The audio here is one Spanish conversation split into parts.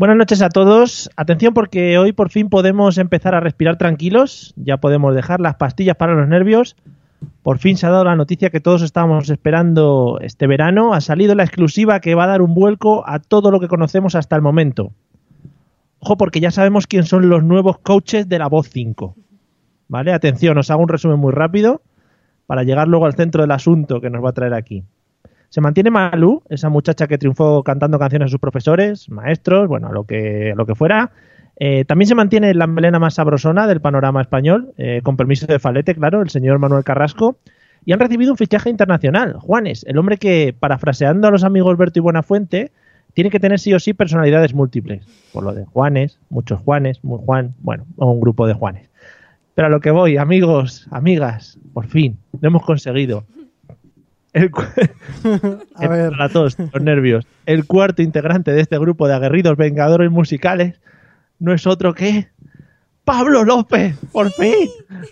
Buenas noches a todos. Atención porque hoy por fin podemos empezar a respirar tranquilos. Ya podemos dejar las pastillas para los nervios. Por fin se ha dado la noticia que todos estábamos esperando este verano. Ha salido la exclusiva que va a dar un vuelco a todo lo que conocemos hasta el momento. Ojo porque ya sabemos quién son los nuevos coaches de la voz 5. ¿Vale? Atención, os hago un resumen muy rápido para llegar luego al centro del asunto que nos va a traer aquí. Se mantiene Malú, esa muchacha que triunfó cantando canciones a sus profesores, maestros, bueno, a lo que, a lo que fuera. Eh, también se mantiene la melena más sabrosona del panorama español, eh, con permiso de Falete, claro, el señor Manuel Carrasco. Y han recibido un fichaje internacional, Juanes, el hombre que, parafraseando a los amigos Berto y Buenafuente, tiene que tener sí o sí personalidades múltiples. Por lo de Juanes, muchos Juanes, muy Juan, bueno, o un grupo de Juanes. Pero a lo que voy, amigos, amigas, por fin, lo hemos conseguido. El cu- A ver, la tos, los nervios. El cuarto integrante de este grupo de aguerridos vengadores musicales no es otro que Pablo López. Por fin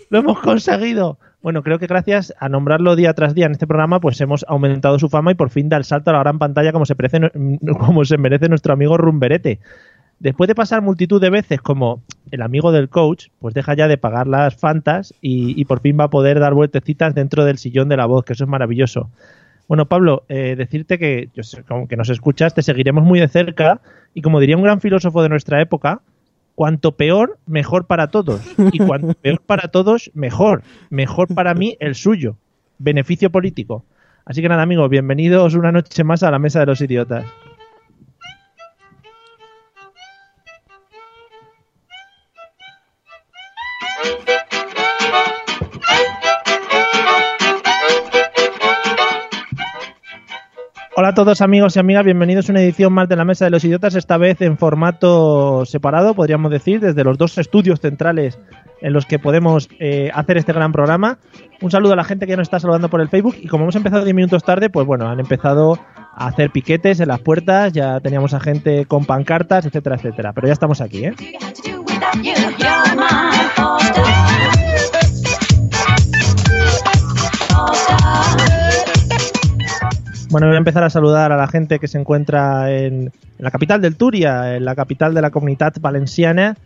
lo hemos conseguido. Bueno, creo que gracias a nombrarlo día tras día en este programa, pues hemos aumentado su fama y por fin da el salto a la gran pantalla como se, merece- como se merece nuestro amigo Rumberete. Después de pasar multitud de veces como el amigo del coach, pues deja ya de pagar las fantas y, y por fin va a poder dar vueltecitas dentro del sillón de la voz, que eso es maravilloso. Bueno, Pablo, eh, decirte que, yo sé, como que nos escuchas, te seguiremos muy de cerca y como diría un gran filósofo de nuestra época, cuanto peor, mejor para todos. Y cuanto peor para todos, mejor. Mejor para mí, el suyo. Beneficio político. Así que nada, amigos, bienvenidos una noche más a la Mesa de los Idiotas. Hola a todos amigos y amigas, bienvenidos a una edición más de la Mesa de los Idiotas, esta vez en formato separado, podríamos decir, desde los dos estudios centrales en los que podemos eh, hacer este gran programa. Un saludo a la gente que nos está saludando por el Facebook y como hemos empezado 10 minutos tarde, pues bueno, han empezado a hacer piquetes en las puertas, ya teníamos a gente con pancartas, etcétera, etcétera, pero ya estamos aquí, ¿eh? Bueno, voy a empezar a saludar a la gente que se encuentra en, en la capital del Turia, en la capital de la comunidad valenciana.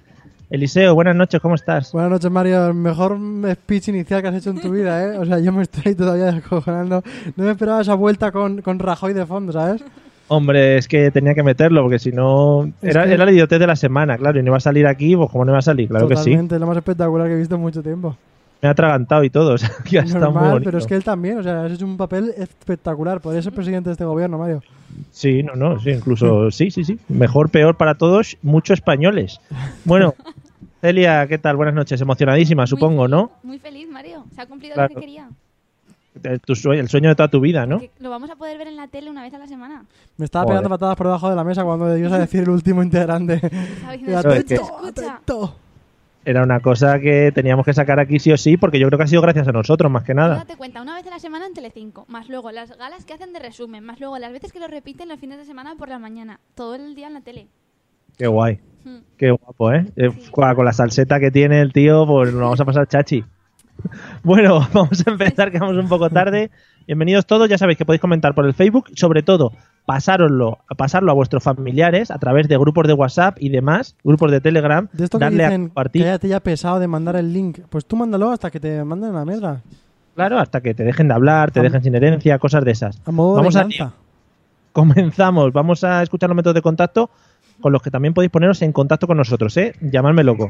Eliseo, buenas noches, ¿cómo estás? buenas noches, Mario. El mejor speech inicial que has hecho en tu vida, ¿eh? O sea, yo me estoy todavía descojonando. No me esperaba esa vuelta con, con Rajoy de fondo, ¿sabes? Hombre, es que tenía que meterlo, porque si no. Es Era, que- era la idiotez de la semana, claro, y no iba a salir aquí, pues como no iba a salir, claro que sí. Totalmente, es lo más espectacular que he visto en mucho tiempo. Me ha atragantado y todo, o sea, que ha estado muy Normal, bonito. pero es que él también, o sea, has hecho un papel espectacular. Podría ser presidente de este gobierno, Mario. Sí, no, no, sí, incluso sí, sí, sí. Mejor, peor para todos, muchos españoles. Bueno, Celia, ¿qué tal? Buenas noches, emocionadísima, supongo, Muy ¿no? feliz, Muy feliz, Mario. Se ha cumplido Claro. lo que quería. El, tu sue- el sueño de toda tu vida, ¿no? Que lo vamos a poder ver en la tele una vez a la semana. Me estaba Joder. pegando patadas por debajo de la mesa cuando ibas a decir el último integrante. ¿Sabéis? Y No Eso es que- escucha, atento, escucha. atento. Era una cosa que teníamos que sacar aquí sí o sí, porque yo creo que ha sido gracias a nosotros, más que Tú nada. Date cuenta, una vez a la semana en Telecinco, más luego las galas que hacen de resumen, más luego las veces que lo repiten los fines de semana por la mañana, todo el día en la tele. Qué guay. Hmm. Qué guapo, ¿eh? Eh, Sí. Con con la salseta que tiene el tío, pues nos vamos a pasar chachi. Bueno, vamos a empezar, que vamos un poco tarde. Bienvenidos todos, ya sabéis que podéis comentar por el Facebook, sobre todo, pasároslo, pasarlo a vuestros familiares a través de grupos de WhatsApp y demás, grupos de Telegram, De esto que darle a dicen que compartir, ya te haya pesado de mandar el link, pues tú mándalo hasta que te manden la mierda. claro, hasta que te dejen de hablar, te Am- dejen sin herencia, cosas de esas. A modo Vamos de a- venganza. comenzamos. Vamos a escuchar los métodos de contacto con los que también podéis poneros en contacto con nosotros, ¿eh? Llamadme loco.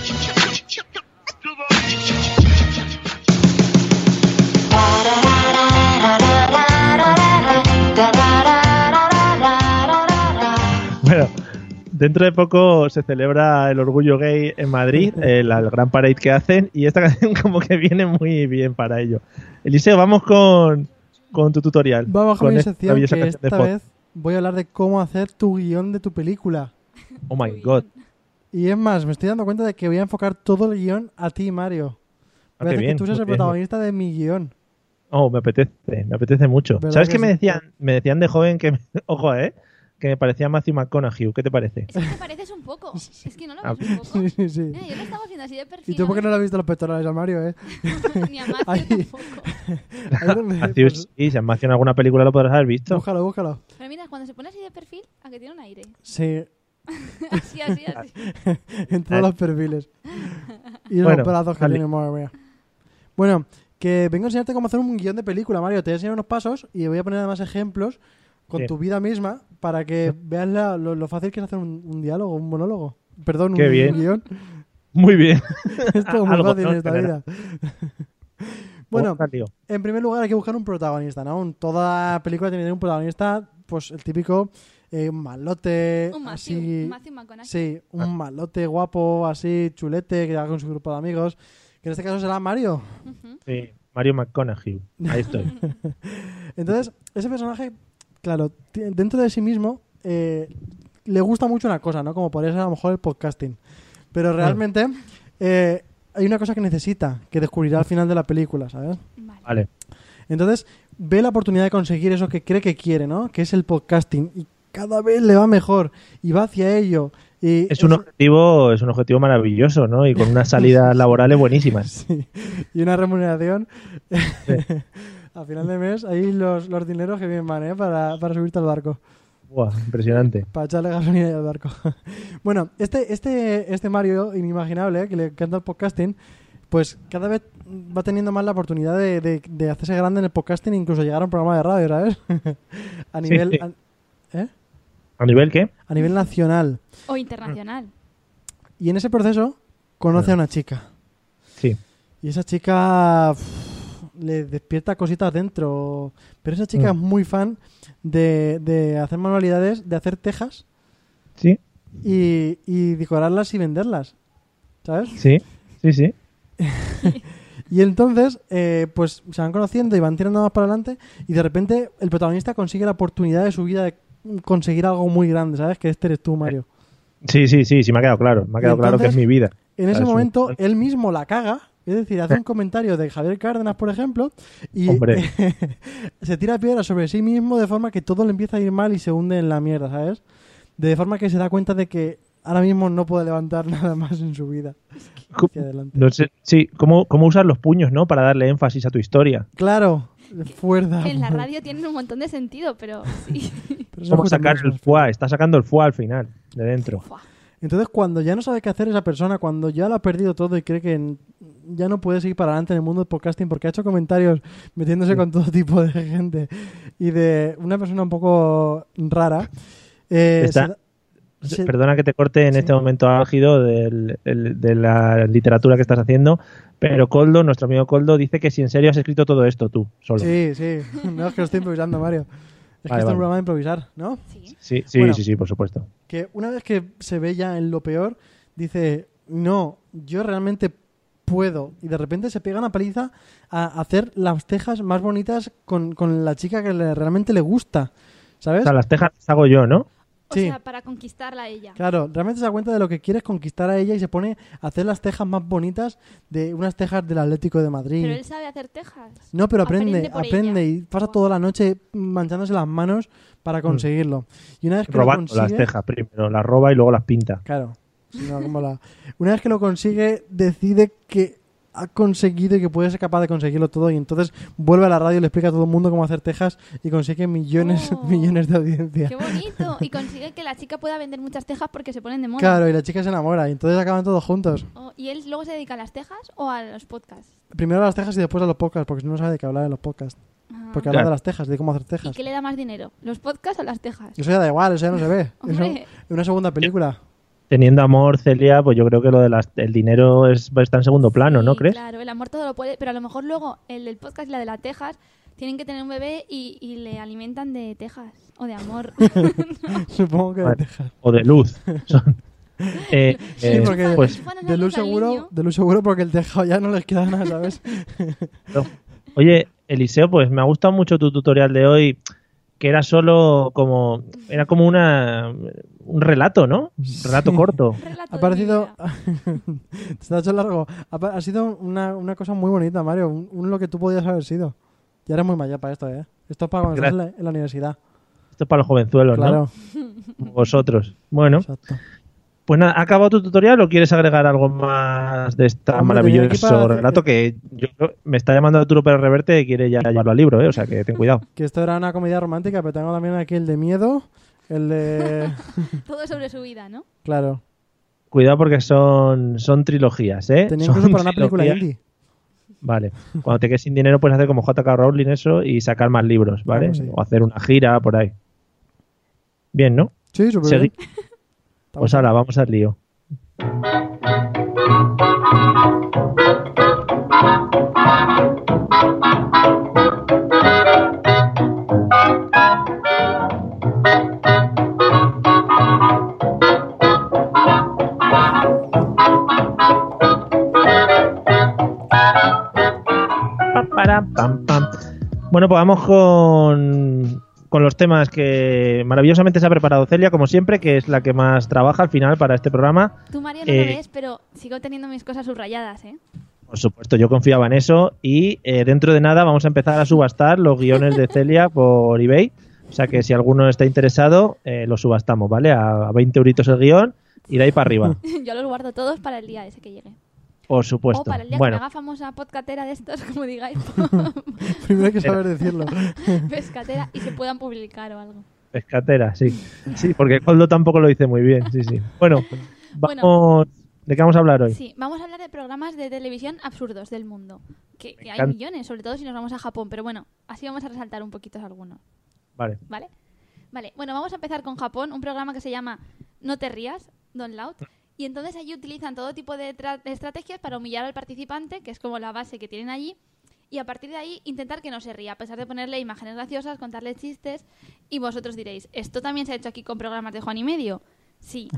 Bueno, dentro de poco se celebra el orgullo gay en Madrid, el, el gran parade que hacen, y esta canción como que viene muy bien para ello. Eliseo, vamos con, con tu tutorial. Vamos con, mi esta sección maravillosa que canción de esta Foz. vez voy a hablar de cómo hacer tu guión de tu película. Oh my god. Y es más, me estoy dando cuenta de que voy a enfocar todo el guión a ti, Mario. Ah, Voy a qué hacer bien, que tú seas muy el bien. protagonista de mi guión. Oh, me apetece, me apetece mucho. ¿Verdad ¿Sabes que qué me sí? decían? Me decían de joven que, me- ojo, eh, que me parecía Matthew McConaughey. ¿Qué te parece? Es que te pareces un poco. Es que no lo Ah, ves un poco. Sí, sí, sí. Mira, yo lo estaba viendo así de perfil. ¿Y tú por qué no ¿no? le has visto los pectorales a Mario, eh? Ni a Matthew Ahí. tampoco. Ahí donde- Matthew, pues, sí, si has Matthew en alguna película lo podrás haber visto. búscalo, búscalo. Pero mira, cuando se pone así de perfil, a que tiene un aire. Sí, Así, así, así. en todos los perfiles. Y los Ah. Bueno, pedazos que dale. tiene, madre mía. Bueno, que vengo a enseñarte cómo hacer un guión de película, Mario. Te voy a enseñar unos pasos y voy a poner además ejemplos con Bien. tu vida misma para que veas la- lo, lo fácil que es hacer un, un diálogo, un monólogo. Perdón, un, Qué bien. un guión. Muy bien. Es todo muy Algo, fácil ¿no? en esta Claro. vida. bueno, Oh, tío. en primer lugar hay que buscar un protagonista, ¿no? En toda película tiene que tener un protagonista, pues el típico eh, malote, Un Matthew. así... Un Matthew McConaughey. Sí, un malote guapo, así, chulete, que va con su grupo de amigos. Que en este caso será Mario. Ujú. Sí, Mario McConaughey. Ahí estoy. Entonces, ese personaje, claro, ti- dentro de sí mismo, eh, le gusta mucho una cosa, ¿no? Como podría ser a lo mejor el podcasting. Pero realmente eh, hay una cosa que necesita, que descubrirá al final de la película, ¿sabes? Vale. Vale. Entonces, ve la oportunidad de conseguir eso que cree que quiere, ¿no? Que es el podcasting. Y cada vez le va mejor y va hacia ello. Y Es un objetivo, es un objetivo maravilloso, ¿no? Y con unas salidas laborales buenísimas. Sí. Y una remuneración a final de mes. Ahí los, los dineros que bien van, ¿eh? Para, para subirte al barco. Buah, impresionante. Para echarle gasolina al barco. bueno, este, este, este Mario inimaginable, ¿eh? que le encanta el podcasting, pues cada vez va teniendo más la oportunidad de, de- de hacerse grande en el podcasting e incluso llegar a un programa de radio, ¿sabes? a, Sí, nivel, sí. a- ¿A nivel qué? a nivel nacional. O internacional. Y en ese proceso conoce a una chica. Sí. Y esa chica uf, le despierta cositas dentro. Pero esa chica Mm. es muy fan de, de hacer manualidades, de hacer tejas Sí, y, y decorarlas y venderlas. ¿Sabes? sí, sí, sí. Y entonces, eh, pues se van conociendo y van tirando más para adelante. Y de repente, el protagonista consigue la oportunidad de su vida de conseguir algo muy grande. ¿Sabes? Que este eres tú, Mario. Sí, sí, sí, sí, me ha quedado claro. Me ha quedado claro que es mi entonces- vida. En ese Claro, es un- momento, él mismo la caga. Es decir, hace un comentario de Javier Cárdenas, por ejemplo, y Hombre. se tira piedra sobre sí mismo de forma que todo le empieza a ir mal y se hunde en la mierda, ¿sabes? De forma que se da cuenta de que ahora mismo no puede levantar nada más en su vida hacia adelante. No sé, sí, ¿cómo, cómo usar los puños, ¿no? Para darle énfasis a tu historia. Claro, fuerza. Que en la radio tienen un montón de sentido, pero sí. Pero eso ¿Cómo es sacar también el es- fuá? Está sacando el fuá al final, de dentro. Fua. Entonces, cuando ya no sabe qué hacer esa persona, cuando ya lo ha perdido todo y cree que n- ya no puede seguir para adelante en el mundo del podcasting porque ha hecho comentarios metiéndose con todo tipo de gente y de una persona un poco rara, eh, Está- se da- se- Perdona que te corte en Sí. este momento álgido del- el- de la literatura que estás haciendo, pero Coldo, nuestro amigo Coldo, dice que si en serio has escrito todo esto tú, solo. Sí, Sí, sí. No es que lo estoy improvisando, Mario. Es que Vale, esto vale. es un programa de improvisar, ¿no? Sí. sí, sí, Bueno. sí, por supuesto. Que una vez que se ve ya en lo peor, dice, no, yo realmente puedo. Y de repente se pega una paliza a hacer las tejas más bonitas con, con la chica que le- realmente le gusta, O ¿sabes? sea, las tejas las hago yo, ¿no? O Sí. sea, para conquistarla a ella. Claro, realmente se da cuenta de lo que quiere es conquistar a ella y se pone a hacer las tejas más bonitas de unas tejas del Atlético de Madrid. Pero él sabe hacer tejas. No, pero aprende, Aprende por aprende ella. y pasa toda la noche manchándose las manos para conseguirlo. Y una vez que lo Mm. Robando consigue, las tejas primero, las roba y luego las pinta. claro, si no, ¿cómo la- una vez que lo consigue decide que ha conseguido y que puede ser capaz de conseguirlo todo y entonces vuelve a la radio y le explica a todo el mundo cómo hacer tejas y consigue millones Oh. millones de audiencia. ¡Qué bonito! Y consigue que la chica pueda vender muchas tejas porque se ponen de moda. Claro, y la chica se enamora y entonces acaban todos juntos. Oh, ¿Y él luego se dedica a las tejas o a los podcasts? Primero a las tejas y después a los podcasts, porque si no no sabe de qué hablar en los podcasts. Ah. Porque Claro. habla de las tejas, de cómo hacer ¿Y tejas. qué le da más dinero? ¿Los podcasts o las tejas? Eso ya da igual, eso ya no se ve. Eso- Hombre. en una segunda película. Teniendo amor, Celia, pues yo creo que lo del el dinero es, está en segundo plano, ¿no Sí, crees? Claro, el amor todo lo puede, pero a lo mejor luego el del podcast y la de las tejas tienen que tener un bebé y, y le alimentan de tejas o de amor. Supongo que de Vale. tejas. O de luz. Son- Eh, Sí, eh, porque pues, Enchúfanos la De luz luz al seguro, niño. de luz seguro porque el tejado ya no les queda nada, ¿sabes? no. Oye, Eliseo, pues me ha gustado mucho tu tutorial de hoy, que era solo como, era como una, un relato, ¿no? Un relato corto. Relato Ha de parecido. mi vida. Se te ha hecho largo. Ha, pa- ha sido una, una cosa muy bonita, Mario. Un, un lo que tú podías haber sido. Ya eres muy mayor para esto, ¿eh? Esto es para cuando estás en la, en la universidad. Esto es para los jovenzuelos, Claro, ¿no? Como Vosotros. Bueno, exacto. pues nada, ¿ha acabado tu tutorial o quieres agregar algo más de este Hombre, tenía aquí maravilloso para- relato que yo creo- me está llamando Arturo Pérez Reverte y quiere ya llevarlo al libro, ¿eh? O sea, que ten cuidado. Que esto era una comedia romántica, pero tengo también aquí el de miedo. El de. Todo sobre su vida, ¿no? Claro. Cuidado porque son, son trilogías, ¿eh? Tenía Son incluso para una película trilogías. indie. Vale. Cuando te quedes sin dinero puedes hacer como JK Rowling eso y sacar más libros, ¿vale? Ah, pues sí. O hacer una gira por ahí. Bien, ¿no? Sí, súper Segui- bien. Pues ahora vamos al lío. Pa, para, pam, pam. Bueno, pues vamos con, con los temas que maravillosamente se ha preparado Celia, como siempre, que es la que más trabaja al final para este programa. Tú, Mario, no Eh. lo ves, pero sigo teniendo mis cosas subrayadas, ¿eh? Por supuesto, yo confiaba en eso y eh, dentro de nada vamos a empezar a subastar los guiones de Celia por eBay. O sea que si alguno está interesado, eh, lo subastamos, ¿vale? A 20 euritos el guión y de ahí para arriba. Yo los guardo todos para el día ese que llegue. Por supuesto. O Oh, para el día bueno, que me haga famosa podcatera de estos, como digáis, Primero eh, hay que saber decirlo. pescatera, y se puedan publicar o algo. pescatera, sí. Sí, porque Coldo tampoco lo dice muy bien, sí, sí. Bueno, Bueno. vamos... ¿De qué vamos a hablar hoy? Sí, vamos a hablar de programas de televisión absurdos del mundo. Que, que hay encanta. millones, sobre todo si nos vamos a Japón. Pero bueno, así vamos a resaltar un poquito algunos. Vale. ¿Vale? Vale, bueno, vamos a empezar con Japón, un programa que se llama No te rías, Don Loud. Y entonces allí utilizan todo tipo de tra- de estrategias para humillar al participante, que es como la base que tienen allí. Y a partir de ahí intentar que no se ría, a pesar de ponerle imágenes graciosas, contarle chistes. Y vosotros diréis, ¿esto también se ha hecho aquí con programas de Juan y Medio? Sí,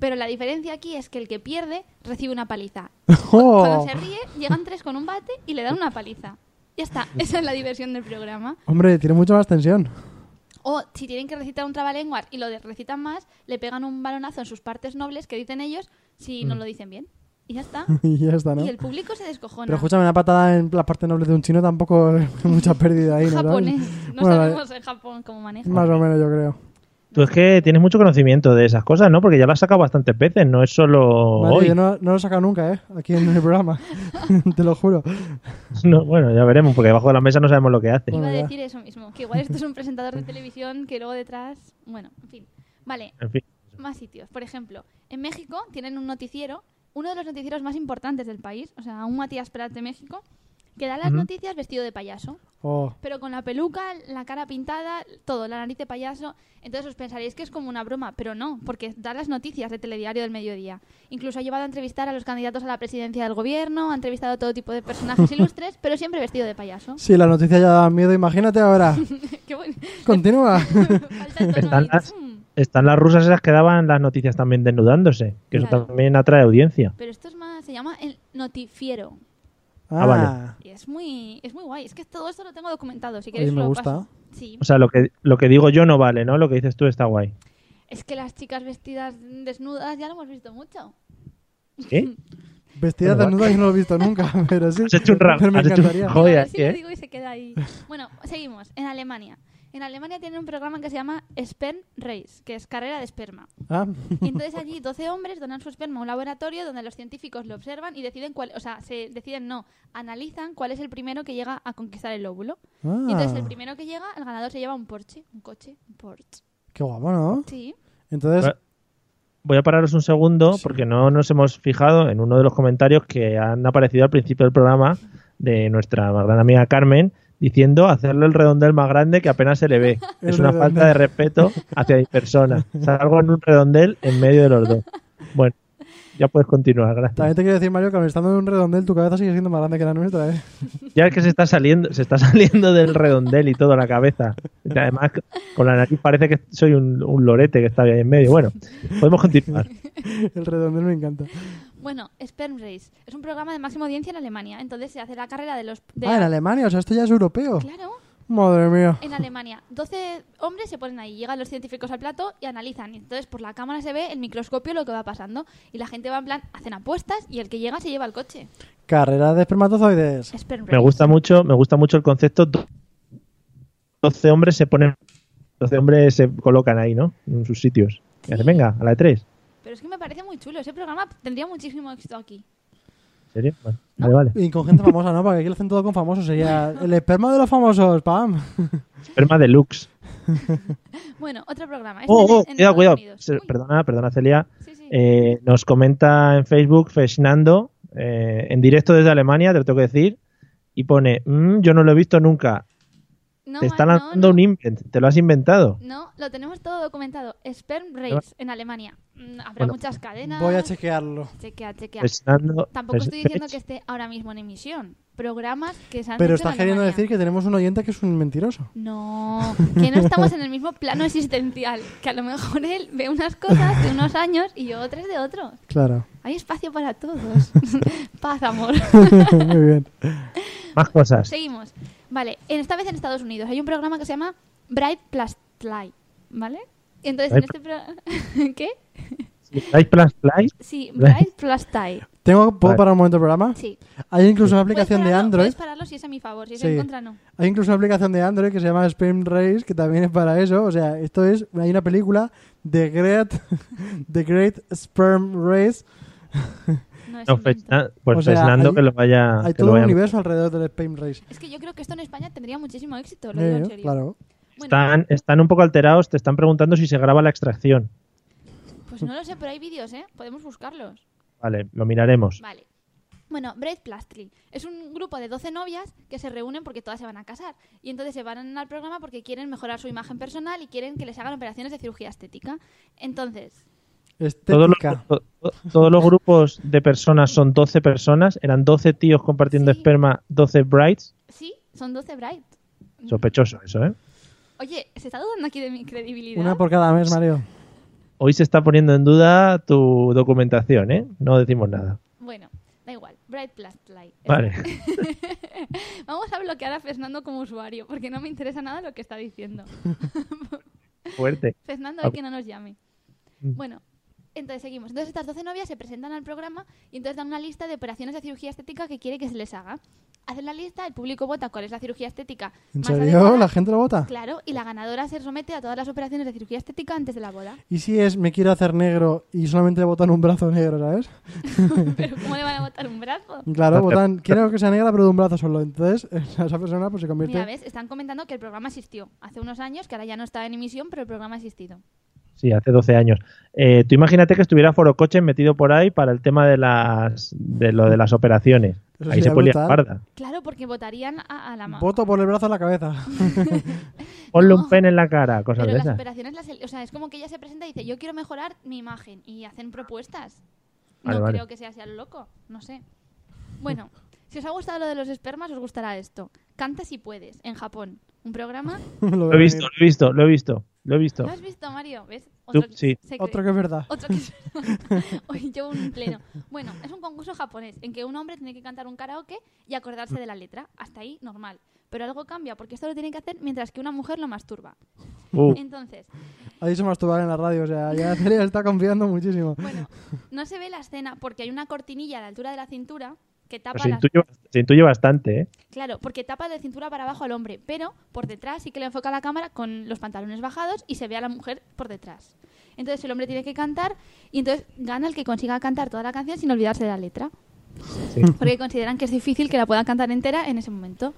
pero la diferencia aquí es que el que pierde recibe una paliza. Cuando ¡Oh! se ríe, llegan tres con un bate y le dan una paliza. Ya está, esa es la diversión del programa. Hombre, tiene mucha más tensión. O si tienen que recitar un trabalenguas y lo de- recitan más, le pegan un balonazo en sus partes nobles que dicen ellos si Mm. no lo dicen bien. Y ya está. y ya está, ¿no? Y el público se descojona. Pero escúchame, una patada en la parte noble de un chino tampoco es mucha pérdida ahí, ¿no? ¿Sabes? Japonés. No Bueno, sabemos en Japón cómo manejan. Más o menos, yo creo. Tú es que tienes mucho conocimiento de esas cosas, ¿no? Porque ya las has sacado bastantes veces, no es solo Mario, hoy. yo no, no lo he sacado nunca, ¿eh? Aquí en el programa. Te lo juro. No, bueno, ya veremos, porque debajo de la mesa no sabemos lo que hace. Iba Bueno, a ya. decir eso mismo. Que igual esto es un presentador de televisión que luego detrás... Bueno, en fin. Vale, En fin, más sitios. Por ejemplo, en México tienen un noticiero, uno de los noticieros más importantes del país, o sea, un Matías Prat de México, que da las Ujú. noticias vestido de payaso. Oh, pero con la peluca, la cara pintada, todo, la nariz de payaso. Entonces os pensaréis que es como una broma, pero no, porque da las noticias de Telediario del Mediodía. Incluso ha llevado a entrevistar a los candidatos a la presidencia del gobierno, ha entrevistado a todo tipo de personajes ilustres, pero siempre vestido de payaso. sí, la noticia ya da miedo. Imagínate ahora. Qué bueno. Continúa. Falta el tono ahí. Pestañas. Mm. están las rusas esas que daban las noticias también desnudándose, que Claro. eso también atrae audiencia. Pero esto es más, se llama el notifiero. Ah, vale. Y es muy, es muy guay. Es que todo esto lo tengo documentado, si Oye, queréis os me lo gusta. paso. Sí. O sea, lo que, lo que digo yo no vale, ¿no? Lo que dices tú está guay. Es que las chicas vestidas desnudas ya lo hemos visto mucho. ¿Qué? Vestida Bueno, desnuda yo no lo he visto nunca, pero sí. Has hecho un rap, Pero me has hecho un encantaría. rap. Joder, Claro, sí, lo ¿eh? digo y se queda ahí. Bueno, seguimos. En Alemania. En Alemania tienen un programa que se llama Sperm Race, que es carrera de esperma. Ah, Y entonces allí 12 hombres donan su esperma a un laboratorio donde los científicos lo observan y deciden cuál, o sea, se deciden no, analizan cuál es el primero que llega a conquistar el óvulo. Y entonces el Ah, primero que llega, el ganador se lleva un Porsche, un coche, un Porsche. Qué guapo, ¿no? Sí. Entonces, Pero- Voy a pararos un segundo Sí. porque no nos hemos fijado en uno de los comentarios que han aparecido al principio del programa de nuestra gran amiga Carmen diciendo hacerle el redondel más grande que apenas se le ve. El es una redondel. falta de respeto hacia mi persona. Salgo en un redondel en medio de los dos. Bueno, ya puedes continuar, gracias. también te quiero decir, Mario, que al estando en un redondel, tu cabeza sigue siendo más grande que la nuestra, ¿eh? Ya es que se está saliendo, se está saliendo del redondel y todo la cabeza. Y además, con la nariz parece que soy un, un lorete que está ahí en medio. Bueno, podemos continuar. El redondel me encanta. Bueno, Sperm Race es un programa de máxima audiencia en Alemania. Entonces se hace la carrera de los... de- Ah, en Alemania, o sea, esto ya es europeo. Claro, Madre mía. en Alemania. 12 hombres se ponen ahí, llegan los científicos al plato y analizan. Y entonces por la cámara se ve el microscopio lo que va pasando. Y la gente va en plan, hacen apuestas y el que llega se lleva el coche. Carrera de espermatozoides. Sperm Race. Me gusta mucho, me gusta mucho el concepto. do- 12 hombres se ponen, 12 hombres se colocan ahí, ¿no? En sus sitios. Y hacen, venga, a la de tres. Pero es que me parece muy chulo. Ese programa tendría muchísimo éxito aquí. ¿En serio? Bueno, vale, vale. Ah. Y con gente famosa, ¿no? Porque aquí lo hacen todo con famosos. Sería el esperma de los famosos, pam. Esperma deluxe. Bueno, otro programa. Este Oh, oh, en- en cuidado, Estados cuidado. Unidos. Se- Uy, Perdona, perdona, Celia. sí, sí. Eh, nos comenta en Facebook Fesnando, eh, en directo desde Alemania, te lo tengo que decir. Y pone, "Mm, yo no lo he visto nunca. No, te ma- está no, lanzando no. un invent, te lo has inventado. No, lo tenemos todo documentado. Sperm Race en Alemania. Mm, Habrá Bueno, Pues, muchas cadenas. Voy a chequearlo. Chequea, chequea. Fesnando- Tampoco Fes- estoy diciendo Fes- que esté ahora mismo en emisión. Programas que se han Pero hecho en estás queriendo Alemania. decir que tenemos un oyente que es un mentiroso. No, que no estamos en el mismo plano existencial. Que a lo mejor él ve unas cosas de unos años y yo otras de otros. Claro. Hay espacio para todos. Paz, amor. Muy bien. Más cosas. Seguimos. Vale, en- esta vez en Estados Unidos hay un programa que se llama Bright Plus Light, ¿vale? Y entonces en Bright este pro- ¿Qué? Light Plus Light. Sí, Bright Plus Light. ¿Tengo, ¿Puedo Vale. parar un momento el programa? Sí. Hay incluso una Puedes aplicación de pararlo- Android. Puedes pararlo si es a mi favor, si es Sí. en contra no. Hay incluso una aplicación de Android que se llama Sperm Race, que también es para eso. O sea, esto es. Hay una película, The Great, The Great Sperm Race. No es No, invento. Fesna- pues O sea, Fesnando hay- que lo vaya. Hay Ah, que lo todo un vaya- universo alrededor del Sperm Race. Es que yo creo que esto en España tendría muchísimo éxito, lo digo en Eh, serio. claro. Bueno, Están, están un poco alterados, te están preguntando si se graba la extracción. pues no lo sé, pero hay vídeos, ¿eh? Podemos buscarlos. Vale, lo miraremos. Vale. Bueno, Braid Plastry es un grupo de 12 novias que se reúnen porque todas se van a casar. Y entonces se van al programa porque quieren mejorar su imagen personal y quieren que les hagan operaciones de cirugía estética. Entonces, Todos los, Estética. to- to- todos los grupos de personas son 12 personas, eran 12 tíos compartiendo Sí. esperma, 12 brides. sí, son 12 Braid. Sospechoso eso, ¿eh? Oye, ¿se está dudando aquí de mi credibilidad? Una por cada mes, Mario. Hoy se está poniendo en duda tu documentación, ¿eh? No decimos nada. Bueno, da igual. Bright Plastry. Vale. Vamos a bloquear a Fernando como usuario porque no me interesa nada lo que está diciendo. Fuerte. Fernando, Ah. hay que no nos llame. Mm. Bueno, entonces seguimos. Entonces estas 12 novias se presentan al programa y entonces dan una lista de operaciones de cirugía estética que quiere que se les haga. Hacen la lista, el público vota cuál es la cirugía estética. ¿En más serio? adecuada, ¿La gente lo vota? Claro, y la ganadora se somete a todas las operaciones de cirugía estética antes de la boda. ¿Y si es me quiero hacer negro y solamente votan un brazo negro, ¿sabes? Pero ¿cómo le van a votar un brazo? Claro, Hacer- votan, quiero que sea negra, pero de un brazo solo. Entonces, esa persona pues se Mira, convierte. ves, están comentando que el programa existió hace unos años, que ahora ya no está en emisión, pero el programa ha existido. Sí, hace 12 años. Eh, tú imagínate que estuviera Forocoche metido por ahí para el tema de las de lo de las operaciones. Eso ahí se sería ponía brutal. parda. Claro, porque votarían a, a la ma- Voto por el brazo a la cabeza. Ponle No. un pen en la cara, cosas Oh. Pero de las esas. operaciones, las el- o sea, es como que ella se presenta y dice, yo quiero mejorar mi imagen y hacen propuestas. Vale, no vale. creo que sea así a lo loco, no sé. Bueno, si os ha gustado lo de los espermas, os gustará esto. Canta si puedes, en Japón. Un programa... Lo Lo he veo visto, venir. lo he visto, lo he visto, lo he visto. ¿Lo has visto, Mario? ¿Ves? que sí. se cree. Otro que es verdad. Otro que es- Hoy yo un pleno. Bueno, es un concurso japonés en que un hombre tiene que cantar un karaoke y acordarse de la letra. Hasta ahí, normal. Pero algo cambia, porque esto lo tiene que hacer mientras que una mujer lo masturba. Uh, Entonces, Ha dicho masturbar en la radio, o sea, ya Celia está confiando muchísimo. Bueno, no se ve la escena porque hay una cortinilla a la altura de la cintura que Pero tapa se, las- intuye, se intuye bastante, ¿eh? Claro, porque tapa de cintura para abajo al hombre, pero por detrás sí que le enfoca la cámara con los pantalones bajados y se ve a la mujer por detrás. Entonces el hombre tiene que cantar y entonces gana el que consiga cantar toda la canción sin olvidarse de la letra. Sí. Porque consideran que es difícil que la puedan cantar entera en ese momento.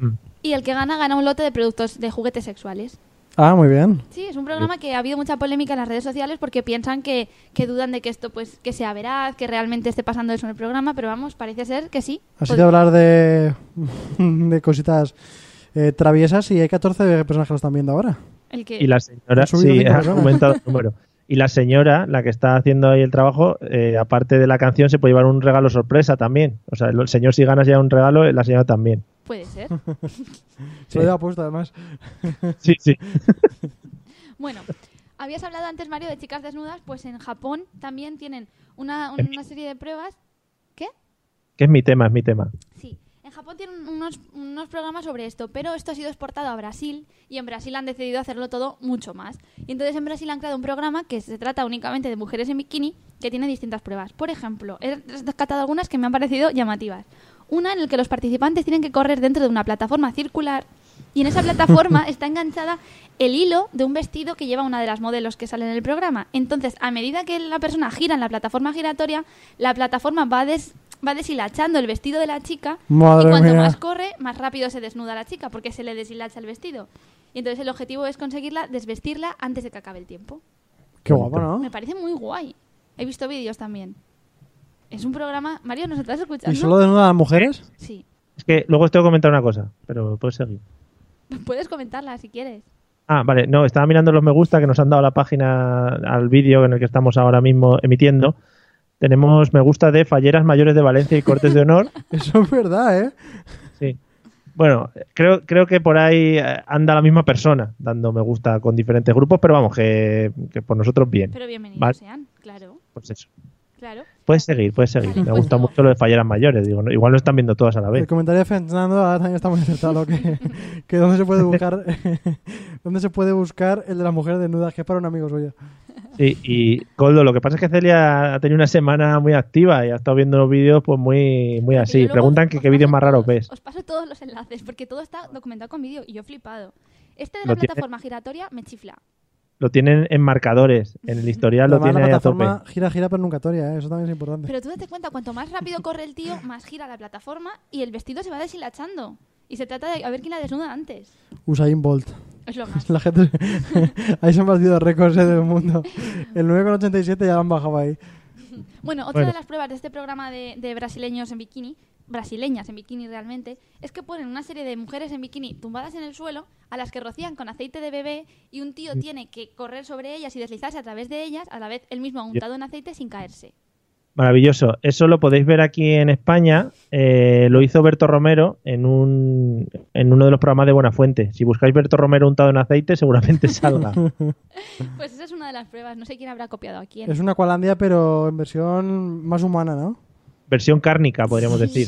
Mm. Y el que gana gana un lote de productos de juguetes sexuales. Ah, muy bien. Sí, es un programa que ha habido mucha polémica en las redes sociales porque piensan que, que dudan de que esto pues que sea veraz, que realmente esté pasando eso en el programa, pero vamos, parece ser que sí. Así Pod- de hablar de, de cositas eh, traviesas y hay 14 personas que lo están viendo ahora. el que... Y la señora, Ha subido sí, cinco ha personas. aumentado el número. Y la señora, la que está haciendo ahí el trabajo, eh, aparte de la canción, se puede llevar un regalo sorpresa también. O sea, el señor si ganas ya un regalo, eh, la señora también. Puede ser. Se lo lleva puesto además. Sí, sí. Bueno, habías hablado antes, Mario, de chicas desnudas, pues en Japón también tienen una, En- una serie de pruebas. ¿Qué? Que es mi tema, es mi tema. Sí. En Japón tienen unos, unos programas sobre esto, pero esto ha sido exportado a Brasil y en Brasil han decidido hacerlo todo mucho más. Y entonces en Brasil han creado un programa que se trata únicamente de mujeres en bikini que tiene distintas pruebas. Por ejemplo, he rescatado algunas que me han parecido llamativas. Una en la que los participantes tienen que correr dentro de una plataforma circular y en esa plataforma está enganchada el hilo de un vestido que lleva una de las modelos que sale en el programa. Entonces, a medida que la persona gira en la plataforma giratoria, la plataforma va, des- va deshilachando el vestido de la chica Madre y cuanto mía. más corre, más rápido se desnuda la chica porque se le deshilacha el vestido. Y entonces el objetivo es conseguirla, desvestirla antes de que acabe el tiempo. Qué guapo, Ah. ¿no? Me parece muy guay. He visto vídeos también. Es un programa... Mario, ¿nos estás escuchando? ¿Y solo desnuda a las mujeres? Sí. Es que luego os tengo que comentar una cosa, pero puedes seguir. Puedes comentarla si quieres. Ah, vale, no, estaba mirando los me gusta que nos han dado a la página al vídeo en el que estamos ahora mismo emitiendo. Tenemos me gusta de falleras mayores de Valencia y cortes de honor. Eso es verdad, ¿eh? Sí. Bueno, creo, creo que por ahí eh, anda la misma persona dando me gusta con diferentes grupos, pero vamos, que, que por nosotros bien. Pero bienvenidos Vale. sean, claro, Pues eso. claro. Puedes seguir, puedes seguir. Vale, Me pues gusta sigo. mucho lo de falleras mayores, digo, ¿no? igual lo están viendo todas a la El vez. comentario de Fernando ahora también está muy acertado. lo Que, que dónde se puede buscar dónde se puede buscar el de las mujeres desnudas, que es para un amigo suyo. Sí, y Coldo, lo que pasa es que Celia ha tenido una semana muy activa y ha estado viendo los vídeos pues muy, muy Pero yo así. luego Preguntan os- que os qué vídeos paso más raros todos- ves. Os paso todos los enlaces, porque todo está documentado con vídeo y yo he flipado. Este de la Lo tiene- plataforma giratoria me chifla. Lo tienen en marcadores, en el historial lo Además, tiene la ahí a tope. plataforma gira, gira, pero nunca toria, ¿eh? Eso también es importante. Pero tú date cuenta, cuanto más rápido corre el tío, más gira la plataforma y el vestido se va deshilachando. Y se trata de a ver quién la desnuda antes. Usain Bolt. Es lo más. La gente... ahí se han batido récords eh, del mundo. El 9,87 ya han bajado ahí. Bueno, otra Bueno. de las pruebas de este programa de, de brasileños en bikini, brasileñas en bikini realmente, es que ponen una serie de mujeres en bikini tumbadas en el suelo a las que rocían con aceite de bebé y un tío tiene que correr sobre ellas y deslizarse a través de ellas, a la vez él mismo untado en aceite sin caerse. Maravilloso. Eso lo podéis ver aquí en España. Eh, lo hizo Berto Romero en, un, en uno de los programas de Buenafuente. Si buscáis Berto Romero untado en aceite, seguramente salga. Pues esa es una de las pruebas, no sé quién habrá copiado a quién. Es una Aqualandia, pero en versión más humana, ¿no? Versión cárnica, podríamos decir.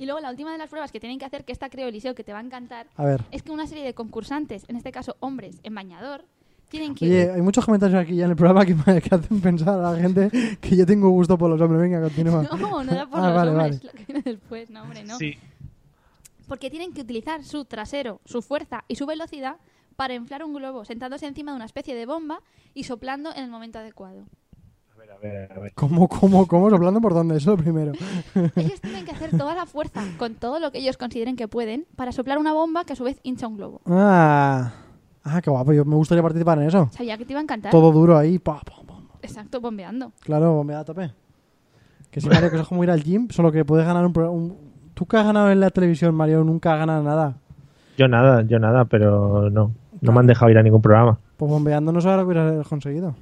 Y luego la última de las pruebas que tienen que hacer, que esta creo, Eliseo, que te va a encantar, A ver. es que una serie de concursantes, en este caso hombres en bañador, tienen que... Oye, hay muchos comentarios aquí ya en el programa que, me- que hacen pensar a la gente que yo tengo gusto por los hombres. Venga, continúa. No, no da por Ah, los vale, hombres, lo que viene después, no, hombre, no. Sí. porque tienen que utilizar su trasero, su fuerza y su velocidad para inflar un globo, sentándose encima de una especie de bomba y soplando en el momento adecuado. A ver, a ver, a ver. ¿Cómo, cómo, cómo? ¿Soplando por dónde? Eso es lo primero. Ellos tienen que hacer toda la fuerza, con todo lo que ellos consideren que pueden, para soplar una bomba que a su vez hincha un globo. Ah, ah qué guapo. Yo me gustaría participar en eso. Sabía que te iba a encantar. Todo duro ahí. pa, pa, pa. Exacto, bombeando. Claro, me da a tope. Que sí, Mario, que eso es como ir al gym, solo que puedes ganar un, pro- un- Tú que has ganado en la televisión, Mario, nunca has ganado nada. Yo nada, yo nada, pero no. No me han dejado ir a ningún programa. Pues bombeando no sabes lo que hubieras conseguido.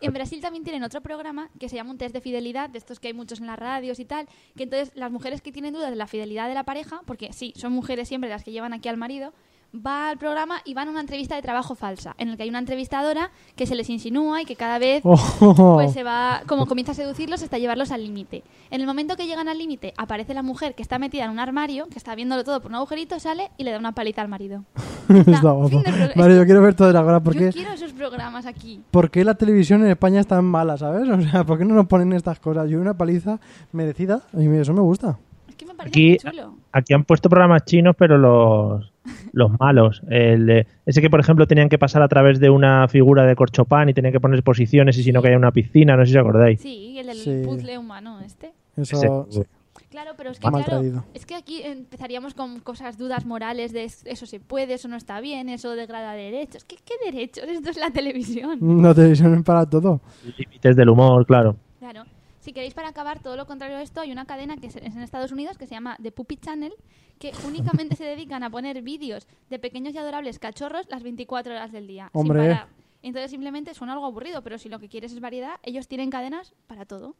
En Brasil también tienen otro programa que se llama un test de fidelidad, de estos que hay muchos en las radios y tal, que entonces las mujeres que tienen dudas de la fidelidad de la pareja, porque sí, son mujeres siempre las que llevan aquí al marido, va al programa y van a una entrevista de trabajo falsa, en el que hay una entrevistadora que se les insinúa y que cada vez Oh. pues se va, como comienza a seducirlos hasta llevarlos al límite. En el momento que llegan al límite, aparece la mujer que está metida en un armario, que está viéndolo todo por un agujerito, sale y le da una paliza al marido. Está Nah, guapo. fin del programa. Vale, yo quiero ver todo de ahora. Ah, ¿Por Yo qué, quiero esos programas aquí. por qué la televisión en España es tan mala, sabes? O sea, ¿por qué no nos ponen estas cosas? Yo una paliza merecida y me- eso me gusta. Es que me parece Aquí- muy chulo. Aquí han puesto programas chinos, pero los, los malos. El de- ese que, por ejemplo, tenían que pasar a través de una figura de corchopán y tenían que poner posiciones y si no caía en una piscina, no sé si os acordáis. Sí, el del Sí. puzzle humano este. Eso Ese. sí. Claro, pero es que Mal claro, traído. es que aquí empezaríamos con cosas, dudas morales de es- eso se puede, eso no está bien, eso degrada derechos. ¿Qué, qué derechos? Esto es la televisión. La televisión es para todo. Límites del humor, claro. Claro. Si queréis para acabar todo lo contrario a esto, hay una cadena que es es en Estados Unidos que se llama The Puppy Channel, que únicamente se dedican a poner vídeos de pequeños y adorables cachorros las 24 horas del día. sin Hombre. parar. Entonces simplemente son algo aburrido, pero si lo que quieres es variedad, ellos tienen cadenas para todo.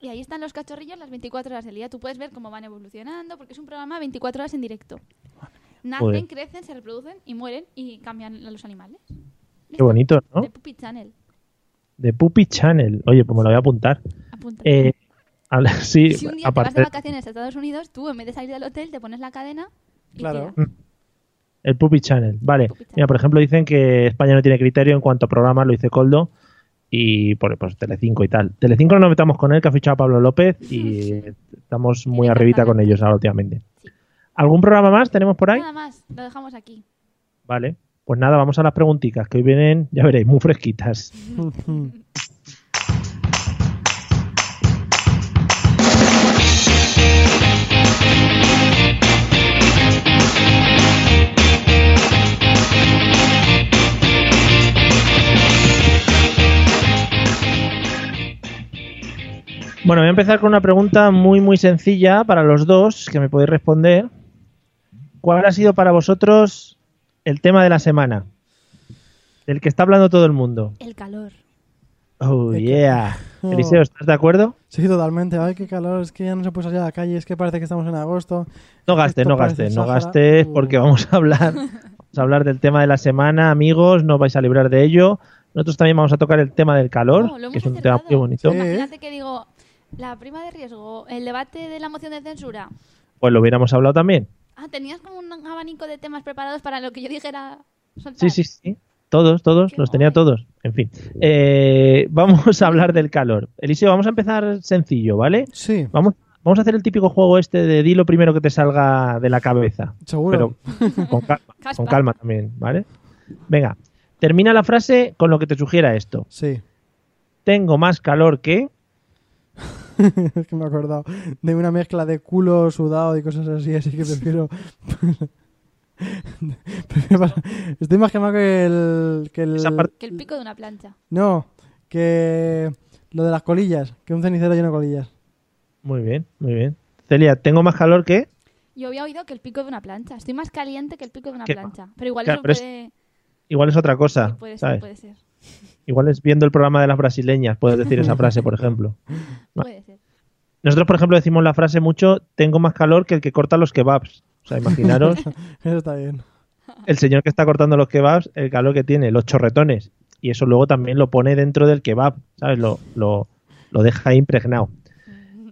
Y ahí están los cachorrillos las 24 horas del día. Tú puedes ver cómo van evolucionando, porque es un programa 24 horas en directo. Nacen, Joder. crecen, se reproducen y mueren y cambian a los animales. Qué bonito, ¿no? The Puppy Channel. De Puppy Channel. Oye, pues me lo voy a apuntar. Apunta. Eh, habla- sí, si un día te vas de aparte vacaciones a Estados Unidos, tú en vez de salir del hotel te pones la cadena y Claro. tira. el Puppy Channel. Vale. Puppy Channel. Mira, por ejemplo, dicen que España no tiene criterio en cuanto a programas, lo dice Coldo. Y por pues, Telecinco y tal. Telecinco no nos metamos con él, que ha fichado a Pablo López y estamos muy Tiene arribita con tanta ellos ahora últimamente. Sí. ¿Algún programa más tenemos por ahí? Nada más, lo dejamos aquí. Vale. Pues nada, vamos a las preguntitas, que hoy vienen, ya veréis, muy fresquitas. Bueno, voy a empezar con una pregunta muy, muy sencilla para los dos, que me podéis responder. ¿Cuál ha sido para vosotros el tema de la semana? Del que está hablando todo el mundo. El calor. Oh, El que- yeah. Oh. Eliseo, ¿estás de acuerdo? Sí, totalmente. Ay, qué calor. Es que ya no se puede salir a la calle. Es que parece que estamos en agosto. No gastes, Esto no parece gastes, no Sahara. gastes, Uh. porque vamos a hablar, vamos a hablar del tema de la semana, amigos, no os vais a librar de ello. Nosotros también vamos a tocar el tema del calor, Oh, lo hemos que es un acertado. Pues tema muy bonito. Sí. Imagínate que digo, la prima de riesgo, el debate de la moción de censura. Pues lo hubiéramos hablado también. Ah, tenías como un abanico de temas preparados para lo que yo dijera. soltar. Sí, sí, sí. Todos, todos, Qué los tenía guay. todos. En fin. Eh, vamos a hablar del calor. Eliseo, vamos a empezar sencillo, ¿vale? Sí, Vamos, vamos a hacer el típico juego este de di lo primero que te salga de la cabeza. seguro. Pero con calma, Caspa. con calma también, ¿vale? Venga, termina la frase con lo que te sugiera esto. Sí. Tengo más calor que... es que me he acordado de una mezcla de culo sudado y cosas así, así que prefiero. prefiero pasar- Estoy más quemado que el. Que el Esa parte- Que el pico de una plancha. No, que. Lo de las colillas, que un cenicero lleno de colillas. Muy bien, muy bien. Celia, tengo más calor que... Yo había oído que el pico de una plancha. Estoy más caliente que el pico de una Qué plancha. Pero igual Claro, eso pero es- puede, Igual es otra cosa. sí, puede ser, ¿sabes? puede ser. Igual es viendo el programa de las brasileñas, puedes decir esa frase, por ejemplo. Va. Puede ser. Nosotros, por ejemplo, decimos la frase mucho, tengo más calor que el que corta los kebabs. O sea, imaginaros Eso está bien. el señor que está cortando los kebabs, el calor que tiene, los chorretones. Y eso luego también lo pone dentro del kebab, ¿sabes? Lo, lo, lo deja ahí impregnado.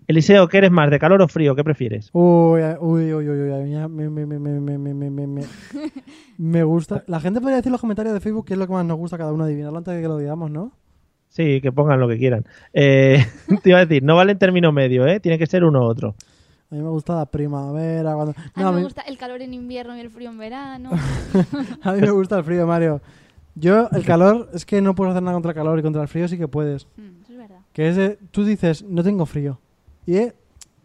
Eliseo, ¿qué eres más, de calor o frío? ¿Qué prefieres? Uy, ay, uy, uy, uy, uy, ay, ya me, me, me, me, me, me, me, me, me. Me gusta. La gente podría decir en los comentarios de Facebook qué es lo que más nos gusta a cada uno adivinarlo antes de que lo digamos, ¿no? Sí, que pongan lo que quieran. Eh, te iba a decir, no vale en término medio, ¿eh? Tiene que ser uno u otro. A mí me gusta la primavera. Cuando... A mí No, a Ah, me mí- gusta el calor en invierno y el frío en verano. A mí me gusta el frío, Mario. Yo, el calor, es que no puedes hacer nada contra el calor y contra el frío sí que puedes. Mm, eso es verdad. Que es de- tú dices, no tengo frío. Y eh,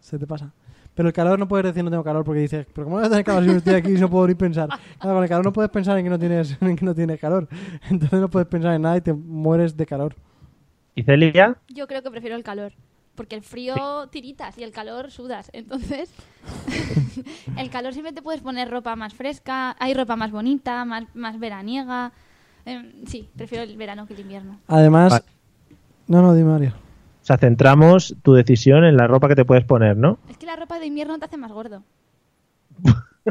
se te pasa. Pero el calor no puedes decir no tengo calor porque dices, pero ¿cómo voy a tener calor si no estoy aquí y no puedo ni pensar? Claro, con el calor no puedes pensar en que no tienes, en que no tienes calor. Entonces no puedes pensar en nada y te mueres de calor. ¿Y Celia? Yo creo que prefiero el calor. Porque el frío tiritas y el calor sudas. Entonces, el calor siempre te puedes poner ropa más fresca, hay ropa más bonita, más, más veraniega. Em, sí, prefiero el verano que el invierno. Además, Vale. no, no, di Mario. O sea, centramos tu decisión en la ropa que te puedes poner, ¿no? Es que la ropa de invierno te hace más gordo.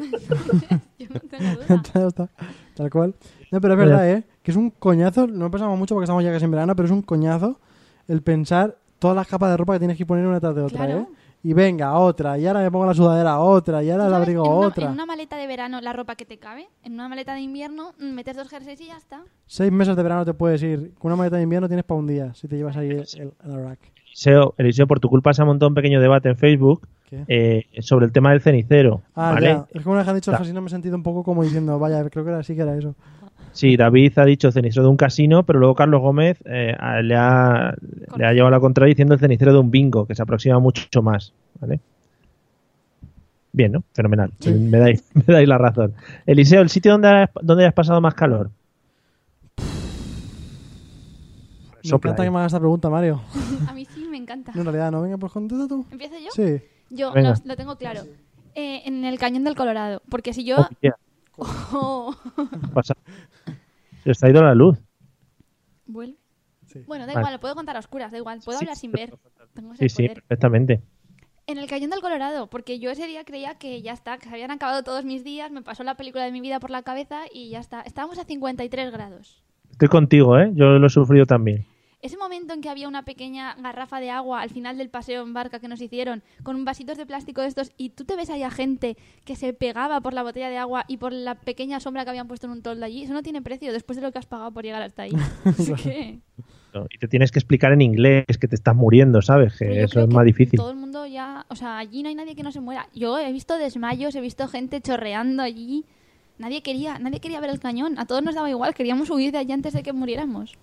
Yo no tengo duda. ya está, tal cual. No, pero es verdad, ¿eh? Que es un coñazo. No pensamos mucho porque estamos ya casi en verano, pero es un coñazo el pensar todas las capas de ropa que tienes que poner una tras de otra, Claro. ¿eh? Y venga, otra. Y ahora me pongo la sudadera, otra. Y ahora el ¿Sabes? abrigo, en una, otra. En una maleta de verano, la ropa que te cabe. En una maleta de invierno, mm, metes dos jerseys y ya está. Seis meses de verano te puedes ir. Con una maleta de invierno tienes para un día si te llevas ahí el, el, el rack. Eliseo, Eliseo, por tu culpa se ha montado un pequeño debate en Facebook ¿Qué? eh, sobre el tema del cenicero. Ah, ¿vale? ya. Es como nos han dicho, Ta- así no me he sentido un poco como diciendo, vaya, creo que era así que era eso. Sí, David ha dicho cenicero de un casino, pero luego Carlos Gómez eh, a- le, ha, le ha llevado la contraria diciendo el cenicero de un bingo, que se aproxima mucho más. ¿vale? Bien, ¿no? Fenomenal. Sí. Me, dais, me dais la razón. Eliseo, ¿el sitio donde has, donde has pasado más calor? Me Sopla encanta ahí. que me hagas esta pregunta, Mario. A mí sí me encanta. No, en realidad no. Venga, pues contesta tú. ¿Empiezo yo? Sí. Yo Venga. lo, lo tengo claro. Eh, en el cañón del Colorado. Porque si yo. Oh, yeah, Oh, ¿qué pasa? Se os ha ido la luz. vuelve. Sí. Bueno, da Vale. igual, lo puedo contar a oscuras, da igual. Puedo Sí, hablar sí, sin pero- ver. Tengo Sí, ese sí, poder. perfectamente. En el Cañón del Colorado, porque yo ese día creía que ya está, que se habían acabado todos mis días, me pasó la película de mi vida por la cabeza y ya está. Estábamos a 53 grados. Estoy contigo, ¿eh? Yo lo he sufrido también. Ese momento en que había una pequeña garrafa de agua al final del paseo en barca que nos hicieron, con vasitos de plástico de estos, y tú te ves ahí a gente que se pegaba por la botella de agua y por la pequeña sombra que habían puesto en un toldo allí, eso no tiene precio después de lo que has pagado por llegar hasta ahí. Así que, ¿no? Y te tienes que explicar en inglés que te estás muriendo, ¿sabes? Que pero yo eso creo es que más difícil. Todo el mundo ya, o sea, allí no hay nadie que no se muera. Yo he visto desmayos, he visto gente chorreando allí. Nadie quería, nadie quería ver el cañón, a todos nos daba igual, queríamos huir de allí antes de que muriéramos.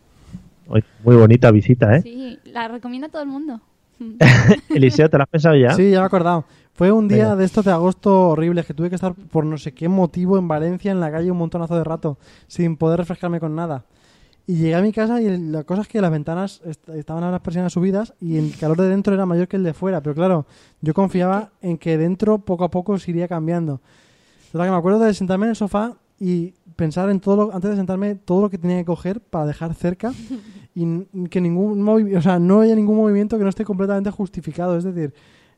Oye, Muy bonita visita, ¿eh? Sí, la recomiendo a todo el mundo. Eliseo, ¿te la has pensado ya? Sí, ya me he acordado. Fue un día Venga. de estos de agosto horribles que tuve que estar por no sé qué motivo en Valencia, en la calle, un montonazo de rato, sin poder refrescarme con nada. Y llegué a mi casa y la cosa es que las ventanas est- estaban a las persianas subidas y el calor de dentro era mayor que el de fuera. Pero claro, yo confiaba en que dentro poco a poco se iría cambiando. Total, que me acuerdo de sentarme en el sofá y pensar en todo lo, antes de sentarme, todo lo que tenía que coger para dejar cerca y n- que ningún movi- o sea, no haya ningún movimiento que no esté completamente justificado. Es decir,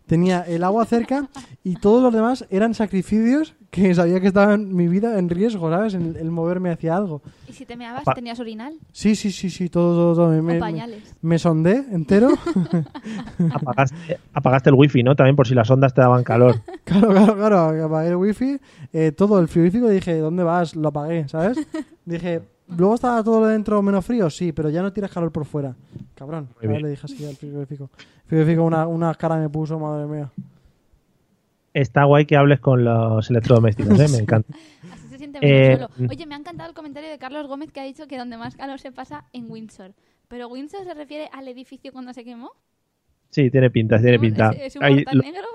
tenía el agua cerca y todos los demás eran sacrificios que sabía que estaban mi vida en riesgo, ¿sabes? En el moverme hacia algo. Y si te meabas, Apa- tenías orinal Sí, sí, sí, sí, todo, todo, todo. Me, o me- pañales. me sondé entero. Apagaste, apagaste el wifi, ¿no? También por si las ondas te daban calor. Claro, claro, claro. Apagué el wifi, eh, todo el frigorífico y dije, ¿dónde vas? Lo apagué, ¿sabes? Dije, ¿luego estaba todo lo de dentro menos frío? Sí, pero ya no tiras calor por fuera. Cabrón. Muy Ahora bien. Le dije así al frigorífico. El frigorífico una, una cara me puso, madre mía. Está guay que hables con los electrodomésticos, ¿eh? Me encanta. Así se siente menos Eh, solo. Oye, me ha encantado el comentario de Carlos Gómez que ha dicho que donde más calor se pasa en Windsor. ¿Pero Windsor se refiere al edificio cuando se quemó? Sí, tiene pinta, tiene pinta. ¿Es, es un Ahí, mortal lo- negro?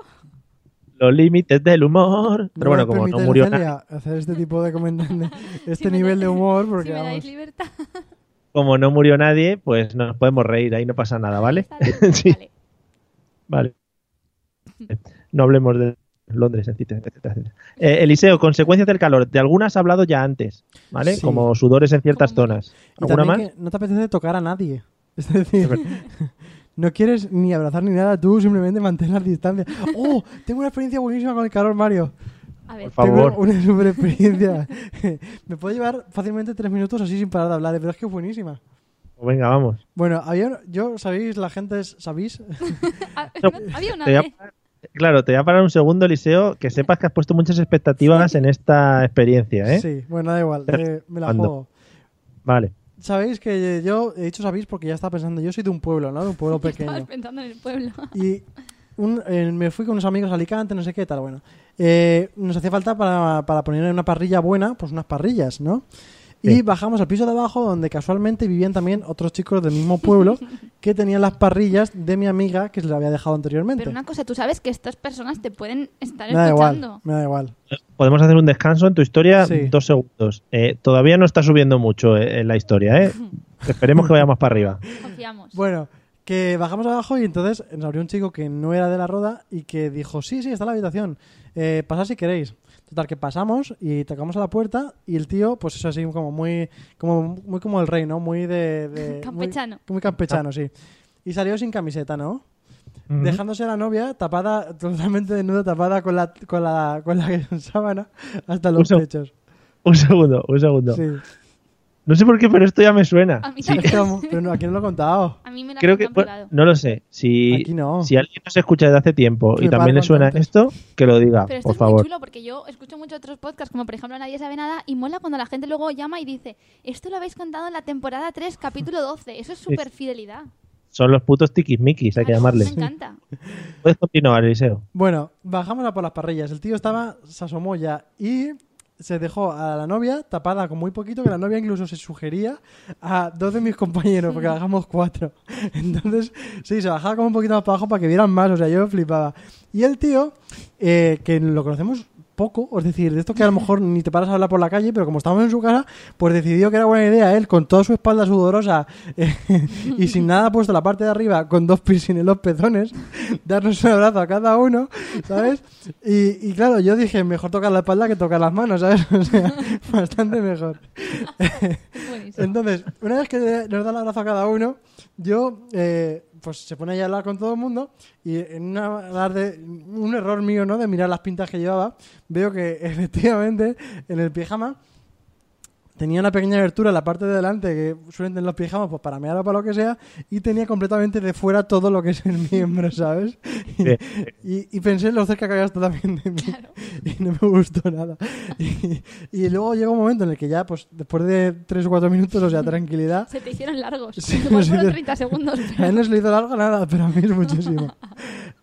los límites del humor. Pero me bueno, como no permitáis, murió Celia, nadie, hacer este tipo de comentarios, Si este me nivel dais- de humor, Si porque me vamos, dais libertad. como no murió nadie, pues nos podemos reír, ahí no pasa nada, ¿vale? está bien, Sí. vale. Vale. No hablemos de Londres, etcétera, etcétera, etcétera. Eh, Eliseo, consecuencias del calor. De algunas has hablado ya antes, ¿vale? Sí. Como sudores en ciertas Como- zonas. Y ¿Alguna más? también que no te apetece tocar a nadie. Es decir, no quieres ni abrazar ni nada, tú simplemente mantén la distancia. ¡Oh! Tengo una experiencia buenísima con el calor, Mario. A ver, Por favor. Tengo una super experiencia. Me puede llevar fácilmente tres minutos así sin parar de hablar, pero es que es buenísima. Pues Venga, vamos. Bueno, había, un- yo, ¿sabéis? La gente, es- ¿sabéis? ah, No, no, había una Te voy a vez. parar- claro, te voy a parar un segundo, Eliseo, que sepas que has puesto muchas expectativas en esta experiencia, ¿eh? Sí, bueno, da igual, eh, me la Ando. juego. Vale. Sabéis que yo, he dicho sabéis porque ya estaba pensando, yo soy de un pueblo, ¿no? De un pueblo Estabas pequeño. pensando en el pueblo. Y un- eh, me fui con unos amigos a Alicante, no sé qué tal, bueno. Eh, nos hacía falta para, para poner en una parrilla buena, pues unas parrillas, ¿no? Y Sí. bajamos al piso de abajo donde casualmente vivían también otros chicos del mismo pueblo que tenían las parrillas de mi amiga que se la había dejado anteriormente. Pero una cosa, tú sabes que estas personas te pueden estar me da igual, escuchando. me da igual. Podemos hacer un descanso en tu historia, Sí. dos segundos. Eh, todavía no está subiendo mucho eh, en la historia, ¿eh? Esperemos que vaya más para arriba. Confiamos. Bueno, que bajamos abajo y entonces nos abrió un chico que no era de la roda y que dijo, sí, sí, está en la habitación, eh, pasad si queréis. Total, que pasamos y tocamos a la puerta y el tío, pues es así como muy como, muy como el rey, ¿no? Muy de... de- muy- Campechano. Muy, campechano, sí. Y salió sin camiseta, ¿no? Ujú. dejándose a la novia tapada, totalmente desnuda, tapada con la, con la, con la sábana hasta los Uso. pechos. Un segundo, un segundo. Sí. No sé por qué, pero esto ya me suena. A mí Sí, también. Pero, pero no, aquí no lo he contado. A mí Ah, me la creo han que capturado. no lo sé. Si, Aquí no. si alguien nos escucha desde hace tiempo Que y también va le suena contantes. esto, que lo diga, Pero esto Ah, por es muy favor. chulo porque yo escucho muchos otros podcasts, como por ejemplo Nadie sabe nada, y mola cuando la gente luego llama y dice, esto lo habéis contado en la temporada 3, capítulo 12. Eso es súper fidelidad. Son los putos tiquismiquis, hay que llamarle. Me encanta. Puedes continuar, Eliseo. Bueno, bajamos a por las parrillas. El tío estaba, se asomó ya y se dejó a la novia tapada con muy poquito, que la novia incluso se sugería a dos de mis compañeros, porque bajamos cuatro. Entonces, sí, se bajaba como un poquito más para abajo para que vieran más, o sea, yo flipaba. Y el tío, eh, que lo conocemos poco, es decir, de esto que a lo mejor ni te paras a hablar por la calle, pero como estábamos en su casa, pues decidió que era buena idea él, con toda su espalda sudorosa eh, y sin nada puesto en la parte de arriba, con dos piercing en los pezones, darnos un abrazo a cada uno, ¿sabes? Y, y claro, yo dije, mejor tocar la espalda que tocar las manos, ¿sabes? O sea, bastante mejor. Buenísimo. Entonces, una vez que nos da el abrazo a cada uno, yo, eh, pues se pone ahí a hablar con todo el mundo y en una tarde, un error mío, ¿no? De mirar las pintas que llevaba, veo que efectivamente en el pijama tenía una pequeña abertura en la parte de delante que suelen tener los pijamas pues para mear o para lo que sea y tenía completamente de fuera todo lo que es el miembro, ¿sabes? Sí. Y, y pensé en lo cerca que había estado también de mí. Y no me gustó nada. Y, y luego llegó un momento en el que ya, pues después de tres o cuatro minutos, o sea, tranquilidad, Se te hicieron largos. Sí, Igual sí, fueron pero- 30 segundos. a pero- él no se le hizo largo nada, pero a mí es muchísimo.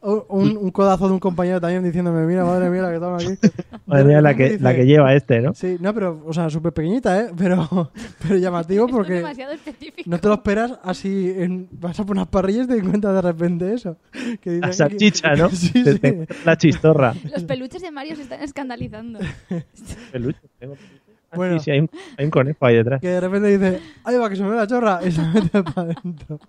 O- Un, un codazo de un compañero también diciéndome, mira, madre mía, la que toma aquí. Madre mía, la que, la que lleva este, ¿no? Sí, no, pero, o sea, súper pequeñita, ¿eh? Pero, pero llamativo Esto es porque demasiado específico. no te lo esperas así, en- vas a por unas parrillas y te encuentras de repente eso. Que dices La aquí- salchicha, ¿no? Sí, Te- sí. te- La chistorra. Los peluches de Mario se están escandalizando. Peluche, tengo peluche. Ah, sí, Bueno. sí, hay un, hay un conejo ahí detrás. Que de repente dice, ahí va, que se me ve la chorra, y se mete para adentro.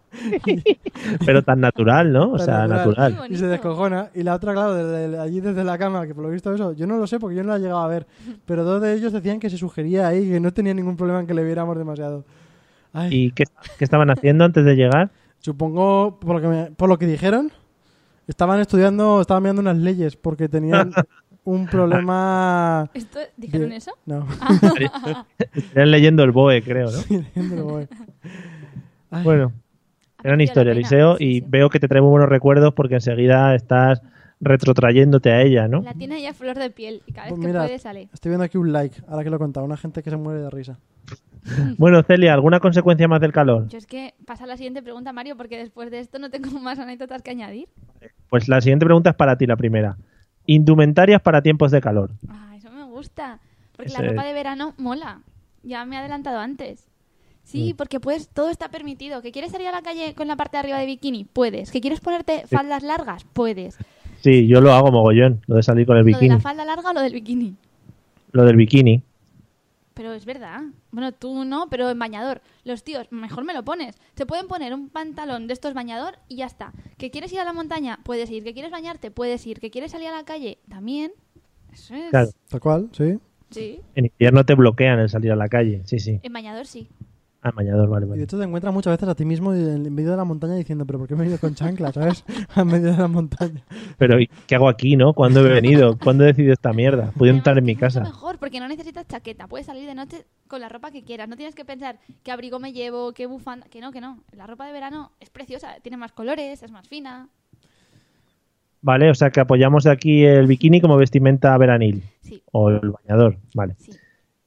Pero tan natural, ¿no? O Tan sea, natural. natural. Qué Y se bonito. descojona. Y la otra, claro, desde- de- allí desde la cama, que por lo visto eso, yo no lo sé porque yo no la he llegado a ver. Pero dos de ellos decían que se sugería ahí, que no tenía ningún problema en que le viéramos demasiado. Ay, ¿Y qué, qué estaban haciendo antes de llegar? Supongo, por lo, que me- por lo que dijeron, estaban estudiando, estaban mirando unas leyes porque tenían un problema... ¿Esto, ¿Dijeron de- eso? Ah. No, Estarían leyendo el BOE, creo, ¿no? pero bueno. Ay, Bueno, Ha gran merecido historia, la pena. Eliseo. Sí, Y sí. veo que te trae muy buenos recuerdos porque enseguida estás retrotrayéndote a ella, ¿no? La tiene ya flor de piel y cada vez Pues que mira, puede sale. Estoy viendo aquí un like, ahora que lo he contado, una gente que se muere de risa. Bueno, Celia, ¿alguna consecuencia más del calor? Yo es que pasa la siguiente pregunta, Mario, porque después de esto no tengo más anécdotas que añadir. Pues la siguiente pregunta es para ti, la primera. Indumentarias para tiempos de calor. Ah, eso me gusta. Porque Ese- la ropa de verano mola. Ya me he adelantado antes. Sí, Mm. porque puedes, todo está permitido. ¿Que quieres salir a la calle con la parte de arriba de bikini? Puedes. ¿Que quieres ponerte faldas largas? Puedes. Sí, yo lo hago mogollón, lo de salir con el Lo de bikini. la falda larga o lo del bikini. Lo del bikini. Pero es verdad. Bueno, tú no, pero en bañador. Los tíos, mejor me lo pones. Se pueden poner un pantalón de estos bañador y ya está. ¿Que quieres ir a la montaña? Puedes ir. ¿Que quieres bañarte? Puedes ir. ¿Que quieres salir a la calle? También. Eso es. Claro. Tal cual, sí. Sí. En invierno te bloquean el salir a la calle. Sí, sí. En bañador sí. Ah, bañador, vale, Y de vale. hecho te encuentras muchas veces a ti mismo en en medio de la montaña diciendo, pero ¿por qué me he ido con chancla, sabes? A medio de la montaña. Pero ¿y ¿qué hago aquí, no? ¿Cuándo he venido? ¿Cuándo he decidido esta mierda? Puedo Además, entrar en que mi es mucho casa. mejor, porque no necesitas chaqueta. Puedes salir de noche con la ropa que quieras. No tienes que pensar qué abrigo me llevo, qué bufanda. Que no, que no. La ropa de verano es preciosa. Tiene más colores, es más fina. Vale, o sea que apoyamos aquí el bikini como vestimenta veranil. Sí, O el bañador, vale. sí.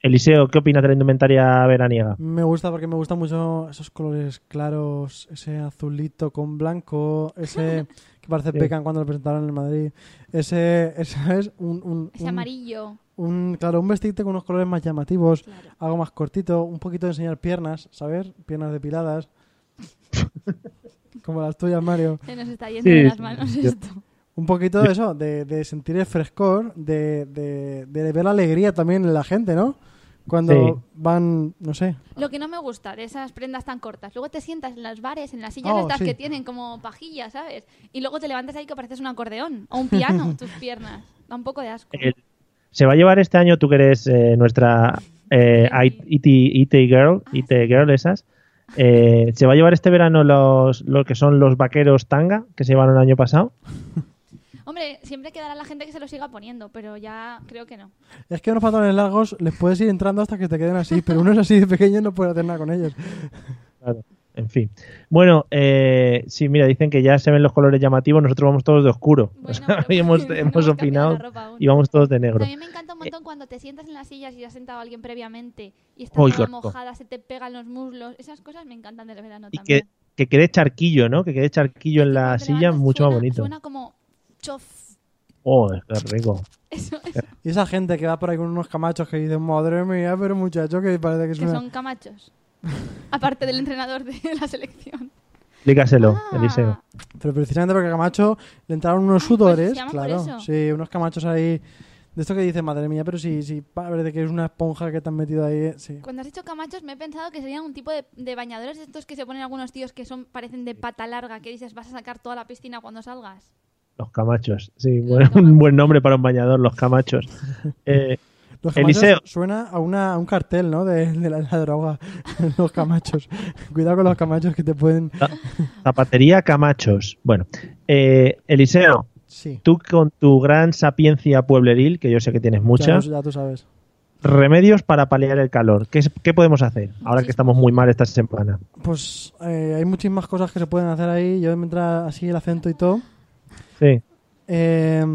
Eliseo, ¿qué opinas de la indumentaria veraniega? Me gusta porque me gustan mucho esos colores claros, ese azulito con blanco, ese que parece Sí. pecan cuando lo presentaron en Madrid. Ese, ese es un, un, Mm. Ese un, amarillo. un- claro, un vestido con unos colores más llamativos, Claro. algo más cortito, un poquito de enseñar piernas, ¿sabes? Piernas depiladas. Como las tuyas, Mario. Se nos está yendo Sí, de las manos yo- esto. Un poquito de eso, de, de sentir el frescor, de, de, de ver la alegría también en la gente, ¿no? Cuando Sí. van, no sé. Lo que no me gusta de esas prendas tan cortas. Luego te sientas en los bares, en las sillas Oh, estas sí. que tienen como pajilla, ¿sabes? Y luego te levantas ahí que pareces un acordeón o un piano, tus piernas. Da un poco de asco. El- ¿Se va a llevar este año, tú que eres eh, nuestra eh, Sí. IT, IT girl, Ah, IT girl esas, Eh, se va a llevar este verano los, lo que son los vaqueros tanga que se llevaron el año pasado. Hombre, siempre quedará la gente que se lo siga poniendo, pero ya creo que no. Es que unos pantalones largos les puedes ir entrando hasta que te queden así, pero unos así de pequeños no puedes hacer nada con ellos. Claro, En fin. Bueno, eh, sí, mira, dicen que ya se ven los colores llamativos, nosotros vamos todos de oscuro. O sea, pero- hoy hemos, no hemos cambiado opinado la ropa aún. y Eh. vamos todos de negro. También me encanta un montón cuando te sientas en las sillas y has sentado a alguien previamente y está Uy, toda qué rico. mojada, se te pegan los muslos. Esas cosas me encantan del verano Y también. que, que quede charquillo, ¿no? Que quede charquillo en la Cuando te silla, levantas mucho más suena- bonito. Suena como chof. Oh, qué rico. Eso, eso, Y esa gente que va por ahí con unos camachos que dicen, madre mía, pero muchacho, que parece que es que una... son camachos. Aparte del entrenador de la selección. Explícaselo, Ah, Eliseo. Pero precisamente porque a Camacho le entraron unos Ay, sudores, pues se llama por claro. eso. Sí, unos camachos ahí. De esto que dice, madre mía, pero si, si parece que es una esponja que te han metido ahí. eh, Sí. Cuando has dicho camachos me he pensado que serían un tipo de, de bañadores estos que se ponen algunos tíos que son parecen de pata larga, que dices vas a sacar toda la piscina cuando salgas. Los camachos. Sí, Los bueno, un camachos. buen nombre para un bañador, los camachos. Eh, Los camachos Eliseo. suena a, una, a un cartel, ¿no? De, de la, la droga. los camachos. Cuidado con los camachos que te pueden. zapatería Camachos. Bueno, eh, Eliseo, Sí. tú con tu gran sapiencia puebleril, que yo sé que tienes Ya, mucha, lo- ya tú sabes. remedios para paliar el calor. ¿Qué, es- qué podemos hacer ahora que estamos muy mal esta semana? Pues eh, hay muchísimas cosas que se pueden hacer ahí. Yo me entra así el acento y todo. Sí, Eh,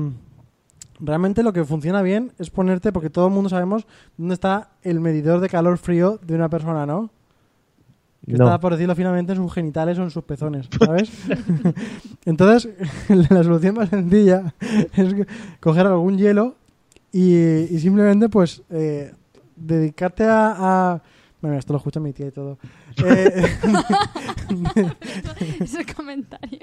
realmente lo que funciona bien es ponerte, porque todo el mundo sabemos dónde está el medidor de calor frío de una persona, ¿no? Que no. está, por decirlo finalmente, en sus genitales o en sus pezones, ¿sabes? Entonces, la solución más sencilla es que- coger algún hielo y, y simplemente, pues, eh, dedicarte a... a- Bueno, esto lo escucha mi tía y todo. Eh, es el comentario.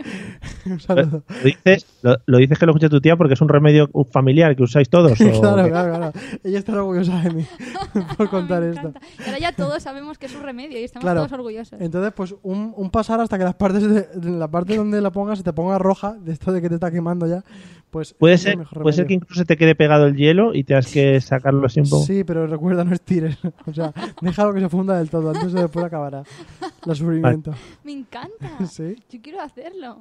un saludo. ¿Lo dices, lo, lo dices que lo escucha tu tía porque es un remedio familiar que usáis todos? o claro, qué? claro, claro. Ella está orgullosa de mí por contar Ah, Me esto. encanta. Y ahora ya todos sabemos que es un remedio y estamos Claro. todos orgullosos. Entonces, pues un, un pasar hasta que las partes de, de la parte donde la pongas se te ponga roja, de esto de que te está quemando ya, pues Puede es el ser, mejor puede ser que remedio. incluso se te quede pegado el hielo y te has que sacarlo así un poco. Sí, pero recuerda, no estires. O sea, déjalo que se funda del todo, antes o después acabará. El sufrimiento. Me encanta. Sí, Yo quiero hacerlo.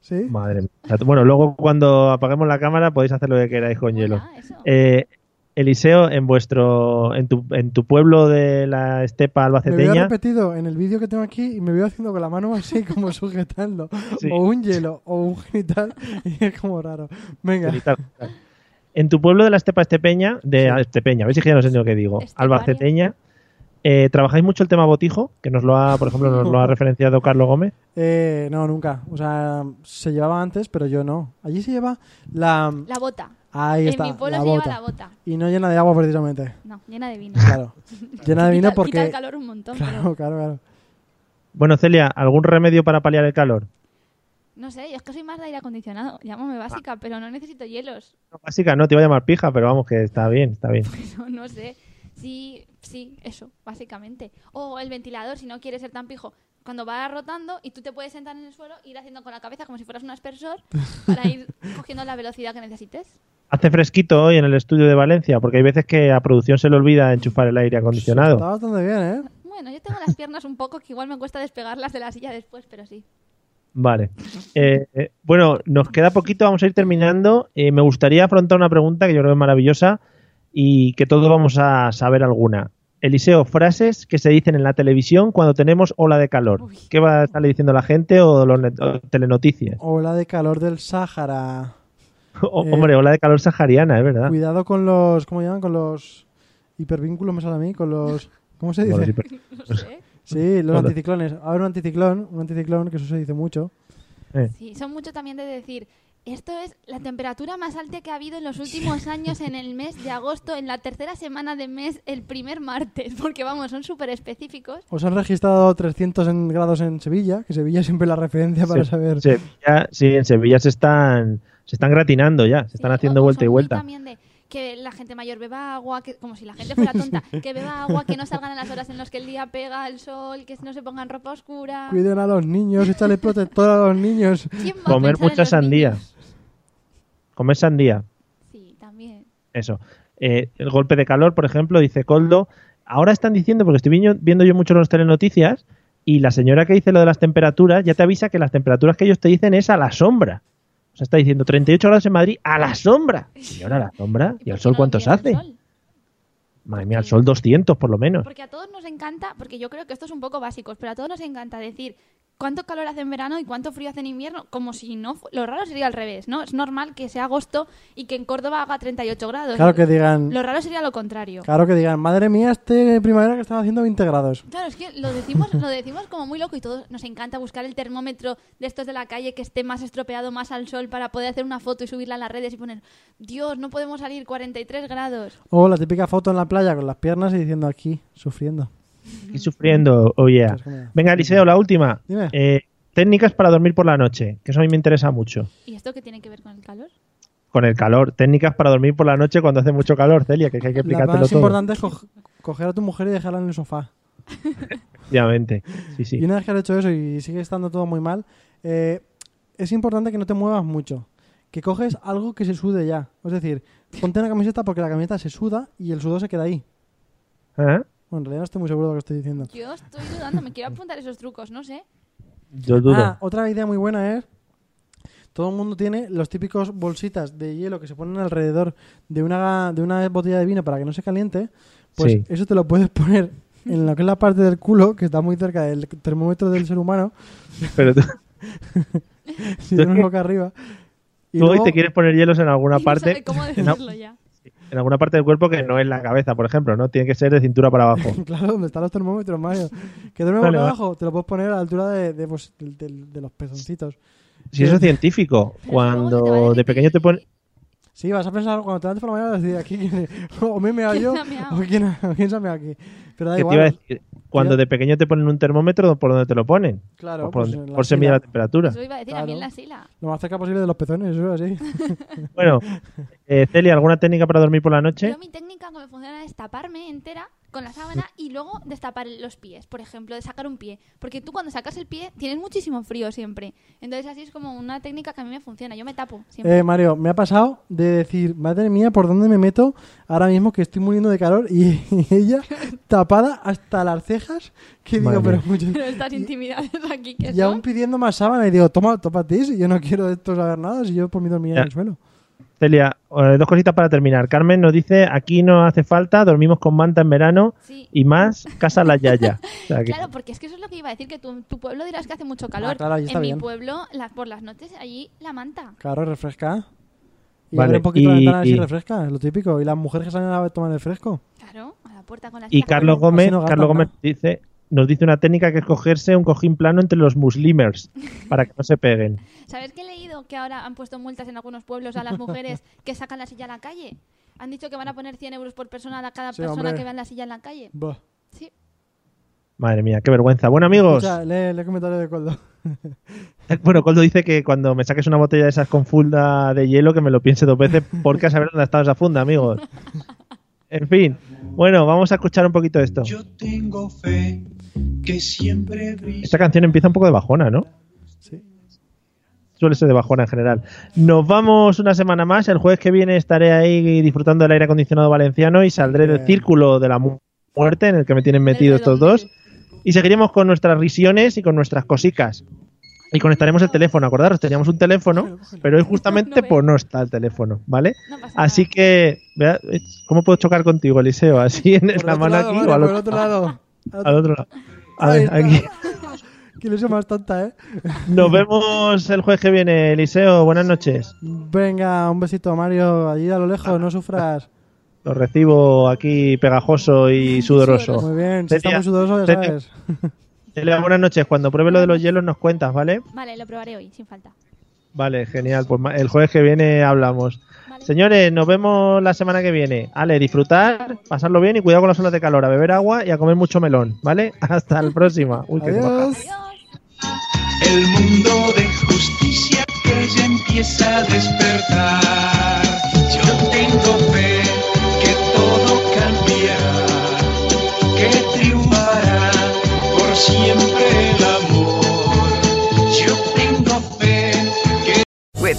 sí. Madre mía. Bueno, luego cuando apaguemos la cámara podéis hacer lo que queráis con hielo. Mola, eso. Eh, Eliseo, en vuestro, en tu, en tu pueblo de la estepa Me veo albaceteña, repetido en el vídeo que tengo aquí y me veo haciendo con la mano así, como sujetando. Sí. O un hielo, o un genital, y es como raro. Venga, genital, genital. en tu pueblo de la estepa estepeña, de Sí. estepeña, veis que ya no sé ni lo que digo, Esteparia. albaceteña, eh, trabajáis mucho el tema botijo, que nos lo ha, por ejemplo, nos lo ha referenciado Carlos Gómez. eh, no, nunca. O sea, se llevaba antes, pero yo no. Allí se lleva la... La bota. Ahí está, en mi pueblo la se bota. lleva la bota. Y no llena de agua precisamente. No, llena de vino. Claro. llena de vino Quita- Quita porque. el calor un montón. Claro, claro, claro. Bueno, Celia, ¿algún remedio para paliar el calor? pero No sé, yo es que soy más de aire acondicionado. Llámame Ah. básica, pero no necesito hielos. No, básica, no, te iba a llamar pija, pero vamos, que está bien, está bien. No, no sé. Sí, sí, eso, básicamente. O el ventilador, si no quieres ser tan pijo. Cuando va rotando y tú te puedes sentar en el suelo, ir haciendo con la cabeza como si fueras un aspersor para ir cogiendo la velocidad que necesites. Hace fresquito hoy en el estudio de Valencia, porque hay veces que a producción se le olvida enchufar el aire Está acondicionado. bastante bien, ¿eh? Bueno, yo tengo las piernas un poco que igual me cuesta despegarlas de la silla después, pero sí. Vale. Eh, eh, bueno, nos queda poquito, vamos a ir terminando. Eh, me gustaría afrontar una pregunta que yo creo que es maravillosa y que todos vamos a saber alguna. Eliseo, frases que se dicen en la televisión cuando tenemos ola de calor. Uy. ¿Qué va a estarle diciendo la gente o los net- o telenoticias? Ola de calor del Sáhara. O- Eh. Hombre, ola de calor sahariana, es verdad. Cuidado con los. ¿Cómo llaman? Con los. Hipervínculos, me sale a mí. Con los. ¿Cómo se Bueno, sí, dice? pero- No sé. Sí, los Hola. anticiclones. A ver, un anticiclón. Un anticiclón, que eso se dice mucho. Sí, son mucho también de decir. Esto es la temperatura más alta que ha habido en los últimos años en el mes de agosto, en la tercera semana de mes, el primer martes, porque vamos, son súper específicos. Os han registrado 300 en- grados en Sevilla, que Sevilla es siempre la referencia para Se- saber. Sevilla- sí, en Sevilla se están, se están gratinando ya, se están Sí, haciendo o- o vuelta y son muy vuelta. También de que la gente mayor beba agua, que, como si la gente fuera tonta, que beba agua, que no salgan a las horas en las que el día pega el sol, que no se pongan ropa oscura. Cuiden a los niños, échale protector a los niños. ¿Quién va a Comer pensar en mucha los sandía. niños? Comer sandía, Sí, también. eso. Eh, el golpe de calor, por ejemplo, dice Coldo. Ahora están diciendo, porque estoy viño- viendo yo mucho los telenoticias, Y la señora que dice lo de las temperaturas ya te avisa que las temperaturas que ellos te dicen es a la sombra. O sea, está diciendo 38 grados en Madrid a la sombra. Señora, a la sombra. ¿Y por al qué sol no cuántos tiene hace? sol? Madre mía, al sol 200 por lo menos. Porque a todos nos encanta, porque yo creo que esto es un poco básico, pero a todos nos encanta decir cuánto calor hace en verano y cuánto frío hace en invierno, como si no. fu- Lo raro sería al revés, ¿no? Es normal que sea agosto y que en Córdoba haga 38 grados. Claro que digan, Lo raro sería lo contrario. claro que digan, madre mía, este primavera que están haciendo 20 grados. Claro, es que lo decimos, lo decimos como muy loco y todos nos encanta buscar el termómetro de estos de la calle que esté más estropeado, más al sol, para poder hacer una foto y subirla a las redes y poner, Dios, no podemos salir 43 grados. O la típica foto en la playa con las piernas y diciendo aquí, sufriendo. Y sufriendo, oh yeah. Venga, Eliseo, la última. Dime. Eh, técnicas para dormir por la noche, que eso a mí me interesa mucho. ¿Y esto qué tiene que ver con el calor? Con el calor. Técnicas para dormir por la noche cuando hace mucho calor, Celia, que hay que Lo explicártelo más todo. importante es co- coger a tu mujer y dejarla en el sofá. Efectivamente. Sí, sí. Y una vez que has hecho eso y sigue estando todo muy mal, eh, es importante que no te muevas mucho. Que coges algo que se sude ya. Es decir, ponte una camiseta porque la camiseta se suda y el sudor se queda ahí. ¿Ah? Bueno, en realidad no estoy muy seguro de lo que estoy diciendo. Yo estoy dudando, me quiero apuntar esos trucos, no sé. Yo dudo. Ah, otra idea muy buena es. Todo el mundo tiene los típicos bolsitas de hielo que se ponen alrededor de una, de una botella de vino para que no se caliente. Pues Sí. eso te lo puedes poner en lo que es la parte del culo, que está muy cerca del termómetro del ser humano, Pero tú, si Tú- tienes boca arriba. Y tú hoy luego- te quieres poner hielos en alguna Y no parte. sabe cómo en, decirlo ya. en alguna parte del cuerpo que no es la cabeza, por ejemplo, ¿no? Tiene que ser de cintura para abajo. Claro, donde están los termómetros, Mario. Que duerme Vale, boca va. abajo, te lo puedes poner a la altura de, de, pues, del- del- de los pezoncitos. Si eso es científico, Pero luego se te va a cuando de derretir pequeño te pones. Sí, vas a pensar cuando te levantes por la mañana, vas a decir aquí quién es? o me he meado ¿Quién yo, se ha meado? o quién, ha- o quién se ha meado aquí. Pero da que te igual. iba a decir, cuando de pequeño te ponen un termómetro, ¿por dónde te lo ponen? Claro, O por pues, dónde- en la por se mide axila. la temperatura. Eso iba a decir a mí en Claro. la sila. Lo más cerca posible de los pezones, eso así. Bueno, eh, Celia, ¿alguna técnica para dormir por la noche? Yo mi técnica que me funciona es taparme entera con la sábana y luego destapar los pies, por ejemplo, de sacar un pie. Porque tú cuando sacas el pie tienes muchísimo frío siempre. Entonces así es como una técnica que a mí me funciona. Yo me tapo siempre. Eh, Mario, me ha pasado de decir, madre mía, ¿por dónde me meto ahora mismo que estoy muriendo de calor? Y, ella tapada hasta las cejas, que digo, Madre pero mía. mucho. Pero estas intimidades aquí que Y aún son... pidiendo más sábana, y digo, toma, tópate, si yo no quiero de esto saber nada, si yo por mí dormía Ya. en el suelo. Celia, eh, dos cositas para terminar. Carmen nos dice, aquí no hace falta, dormimos con manta en verano Sí. y más, casa la yaya. O sea que- Claro, porque es que eso es lo que iba a decir, que tú en tu pueblo dirás que hace mucho calor. Ah, claro, ahí está en mi bien. pueblo, las- por las noches, allí la manta. Claro, refresca. Y Vale, abre un poquito la y- ventana a ver si y- refresca, es lo típico. Y las mujeres que salen a tomar el fresco. Claro, a la puerta con la Y sila. Carlos Así no Gómez, gastan Carlos Gómez nada. dice, nos dice una técnica que es cogerse un cojín plano entre los muslimers para que no se peguen. ¿Sabes que he leído que ahora han puesto multas en algunos pueblos a las mujeres que sacan la silla a la calle? Han dicho que van a poner 100 euros por persona a cada Sí, persona hombre. que vea la silla en la calle. Buah. Sí. Madre mía, qué vergüenza. Bueno, amigos, Escucha, lee, lee el comentario de Coldo. bueno, Coldo dice que cuando me saques una botella de esas con funda de hielo que me lo piense dos veces porque a saber dónde ha estado esa funda, amigos. En fin, bueno, vamos a escuchar un poquito esto. Yo tengo fe que siempre brilla. Esta canción empieza un poco de bajona, ¿no? Sí. Suele ser de bajona en general. Nos vamos una semana más. El jueves que viene estaré ahí disfrutando del aire acondicionado valenciano y saldré del Bien. círculo de la mu- muerte en el que me tienen metido estos dos. Y seguiremos con nuestras risiones y con nuestras cosicas. Y conectaremos el teléfono. Acordaros, teníamos un teléfono, pero hoy justamente No veo. Ah. pues no está el teléfono, ¿eh? No pasa nada. Así que, vea, ¿cómo puedo chocar contigo, Eliseo? ¿Así en Por el la otro mano lado, aquí Mario, o al por el otro, otro lado. al otro lado? A Ahí ver, está. aquí. Qué ilusión más tonta, ¿eh? Nos vemos el jueves que viene, Eliseo. Buenas noches. Venga, un besito, Mario. Allí a lo lejos, no sufras. Lo recibo aquí pegajoso y sudoroso. Muy bien, si está Celia, muy sudoroso, ya Celia. sabes. Celia, buenas noches. Cuando pruebe lo de los hielos nos cuentas, ¿vale? Vale, lo probaré hoy, sin falta. Vale, genial. Pues ma- el jueves que viene hablamos. Vale. Señores, nos vemos la semana que viene. Ale, disfrutar, pasarlo bien y cuidado con las olas de calor, a beber agua y a comer mucho melón, ¿vale? Hasta la próxima. Uy, qué baja. Adiós. Adiós. El mundo de justicia que ya empieza a despertar. Yo tengo fe que todo cambiará, que triunfará por siempre el amor. Yo tengo fe que With